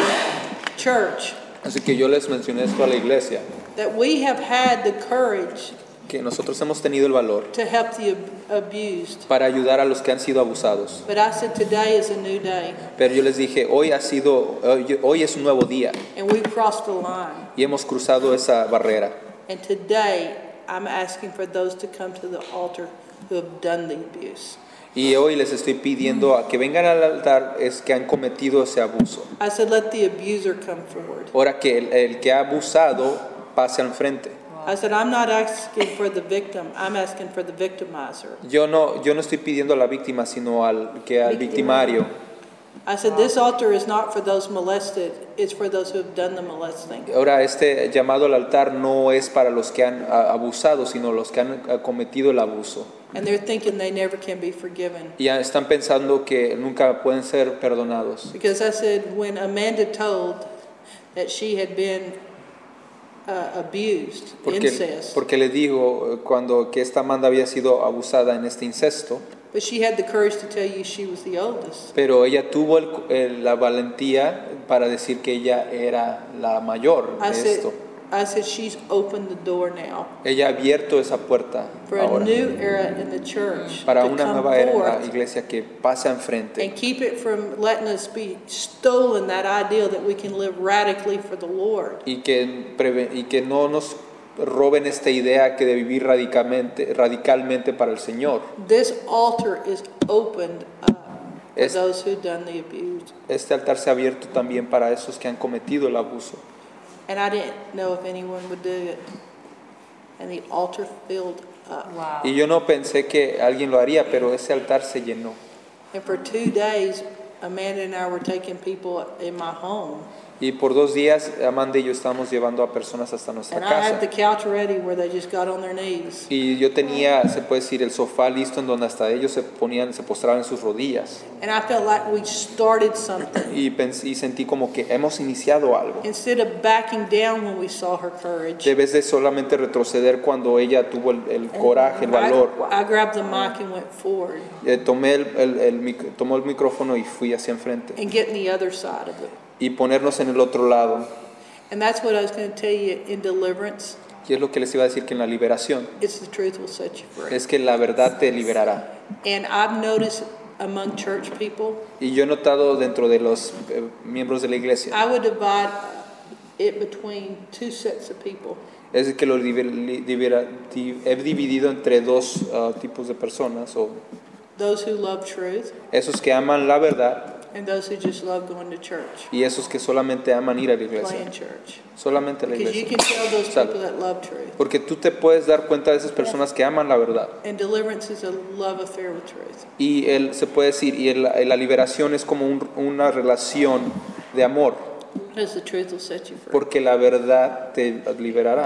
A: church
B: Así que yo les mencioné esto a la iglesia.
A: that we have had the courage
B: que nosotros hemos tenido el valor
A: to help the ab- abused.
B: para ayudar a los que han sido abusados.
A: But I said today is a new day
B: Pero yo les dije, hoy ha sido, hoy- hoy es un nuevo día
A: and we crossed the line.
B: y hemos cruzado esa barrera.
A: And today I'm asking for those to come to the altar who have done the abuse.
B: Y hoy les estoy pidiendo a que vengan al altar es que han cometido ese abuso.
A: I said, let the abuser come forward.
B: Ahora que el, el que ha abusado pase al frente.
A: I said, I'm not asking for the victim, I'm asking for the victimizer.
B: Yo no, yo no estoy pidiendo a la víctima, sino al que al victimario.
A: I said, this altar is not for those molested, it's for those who have done the molesting.
B: Ahora este llamado al altar no es para los que han a- abusado, sino los que han a, cometido el abuso.
A: And they're thinking they never can be forgiven.
B: Y ya están pensando que nunca pueden ser perdonados.
A: Because I said, when Amanda told that she had been uh, abused,
B: Porque,
A: incest,
B: porque le digo eh, cuando que esta Amanda había sido abusada en este incesto,
A: but she had the courage to tell you she was the oldest.
B: pero ella tuvo el- el- la valentía para decir que ella era la mayor de
A: I
B: esto.
A: said, I said, she's opened the door now
B: Ella ha abierto esa puerta
A: for a
B: ahora
A: new era in the church
B: para
A: to
B: una
A: come
B: nueva era en la
A: forth
B: iglesia que pasa enfrente
A: and keep it from letting us be stolen that idea that we can live radically for the Lord.
B: y que, preve- y que no nos roben esta idea que de vivir radicalmente, radicalmente para el Señor.
A: This altar is opened up for
B: Es-
A: those who done the abuse.
B: Este altar se ha abierto también para esos que han cometido el abuso.
A: And I didn't know if anyone would do it. And the altar filled up.
E: Wow.
B: Y yo no pensé que alguien lo haría, pero ese altar se llenó.
A: And for two days, Amanda and I were taking people in my home.
B: Y por dos días, Amanda y yo estábamos llevando a personas hasta nuestra
A: And I had the
B: casa.
A: couch ready where they just got on their knees.
B: Y yo tenía, se puede decir, el sofá listo en donde hasta ellos se ponían, se postraban en sus rodillas.
A: And I felt like we started something
B: Y, pens- y sentí como que hemos iniciado algo.
A: instead of backing down when we saw her courage.
B: Debes de solamente retroceder cuando ella tuvo el, el coraje, el valor.
A: I, I grabbed the mic and went forward
B: Eh, tomé el, el- el mic- tomó el micrófono y fui hacia enfrente.
A: and getting the other side of it.
B: Y ponernos en el otro lado.
A: And that's what I was going to tell you in deliverance.
B: Y es lo que les iba a decir que en la liberación
A: It's the truth will set you free.
B: es que la verdad te liberará.
A: And I've noticed among church people,
B: Y yo he notado dentro de los eh, miembros de la iglesia,
A: I would divide it between two sets of people.
B: es que lo divi- li- divira- di- he dividido entre dos ah, tipos de personas, o
A: Those who love truth
B: esos que aman la verdad
A: and those who just love going to church,
B: y esos que solamente aman ir a la
A: playing
B: iglesia,
A: church.
B: solamente a la
A: Because you
B: iglesia.
A: can tell those
B: Sal-
A: people that love truth.
B: Porque tú te puedes dar cuenta de esas personas que aman la verdad.
A: And deliverance is a love affair with truth.
B: Y él se puede decir, y el- la liberación es como un- una relación de amor,
A: Because the truth will set you free.
B: porque la verdad te liberará.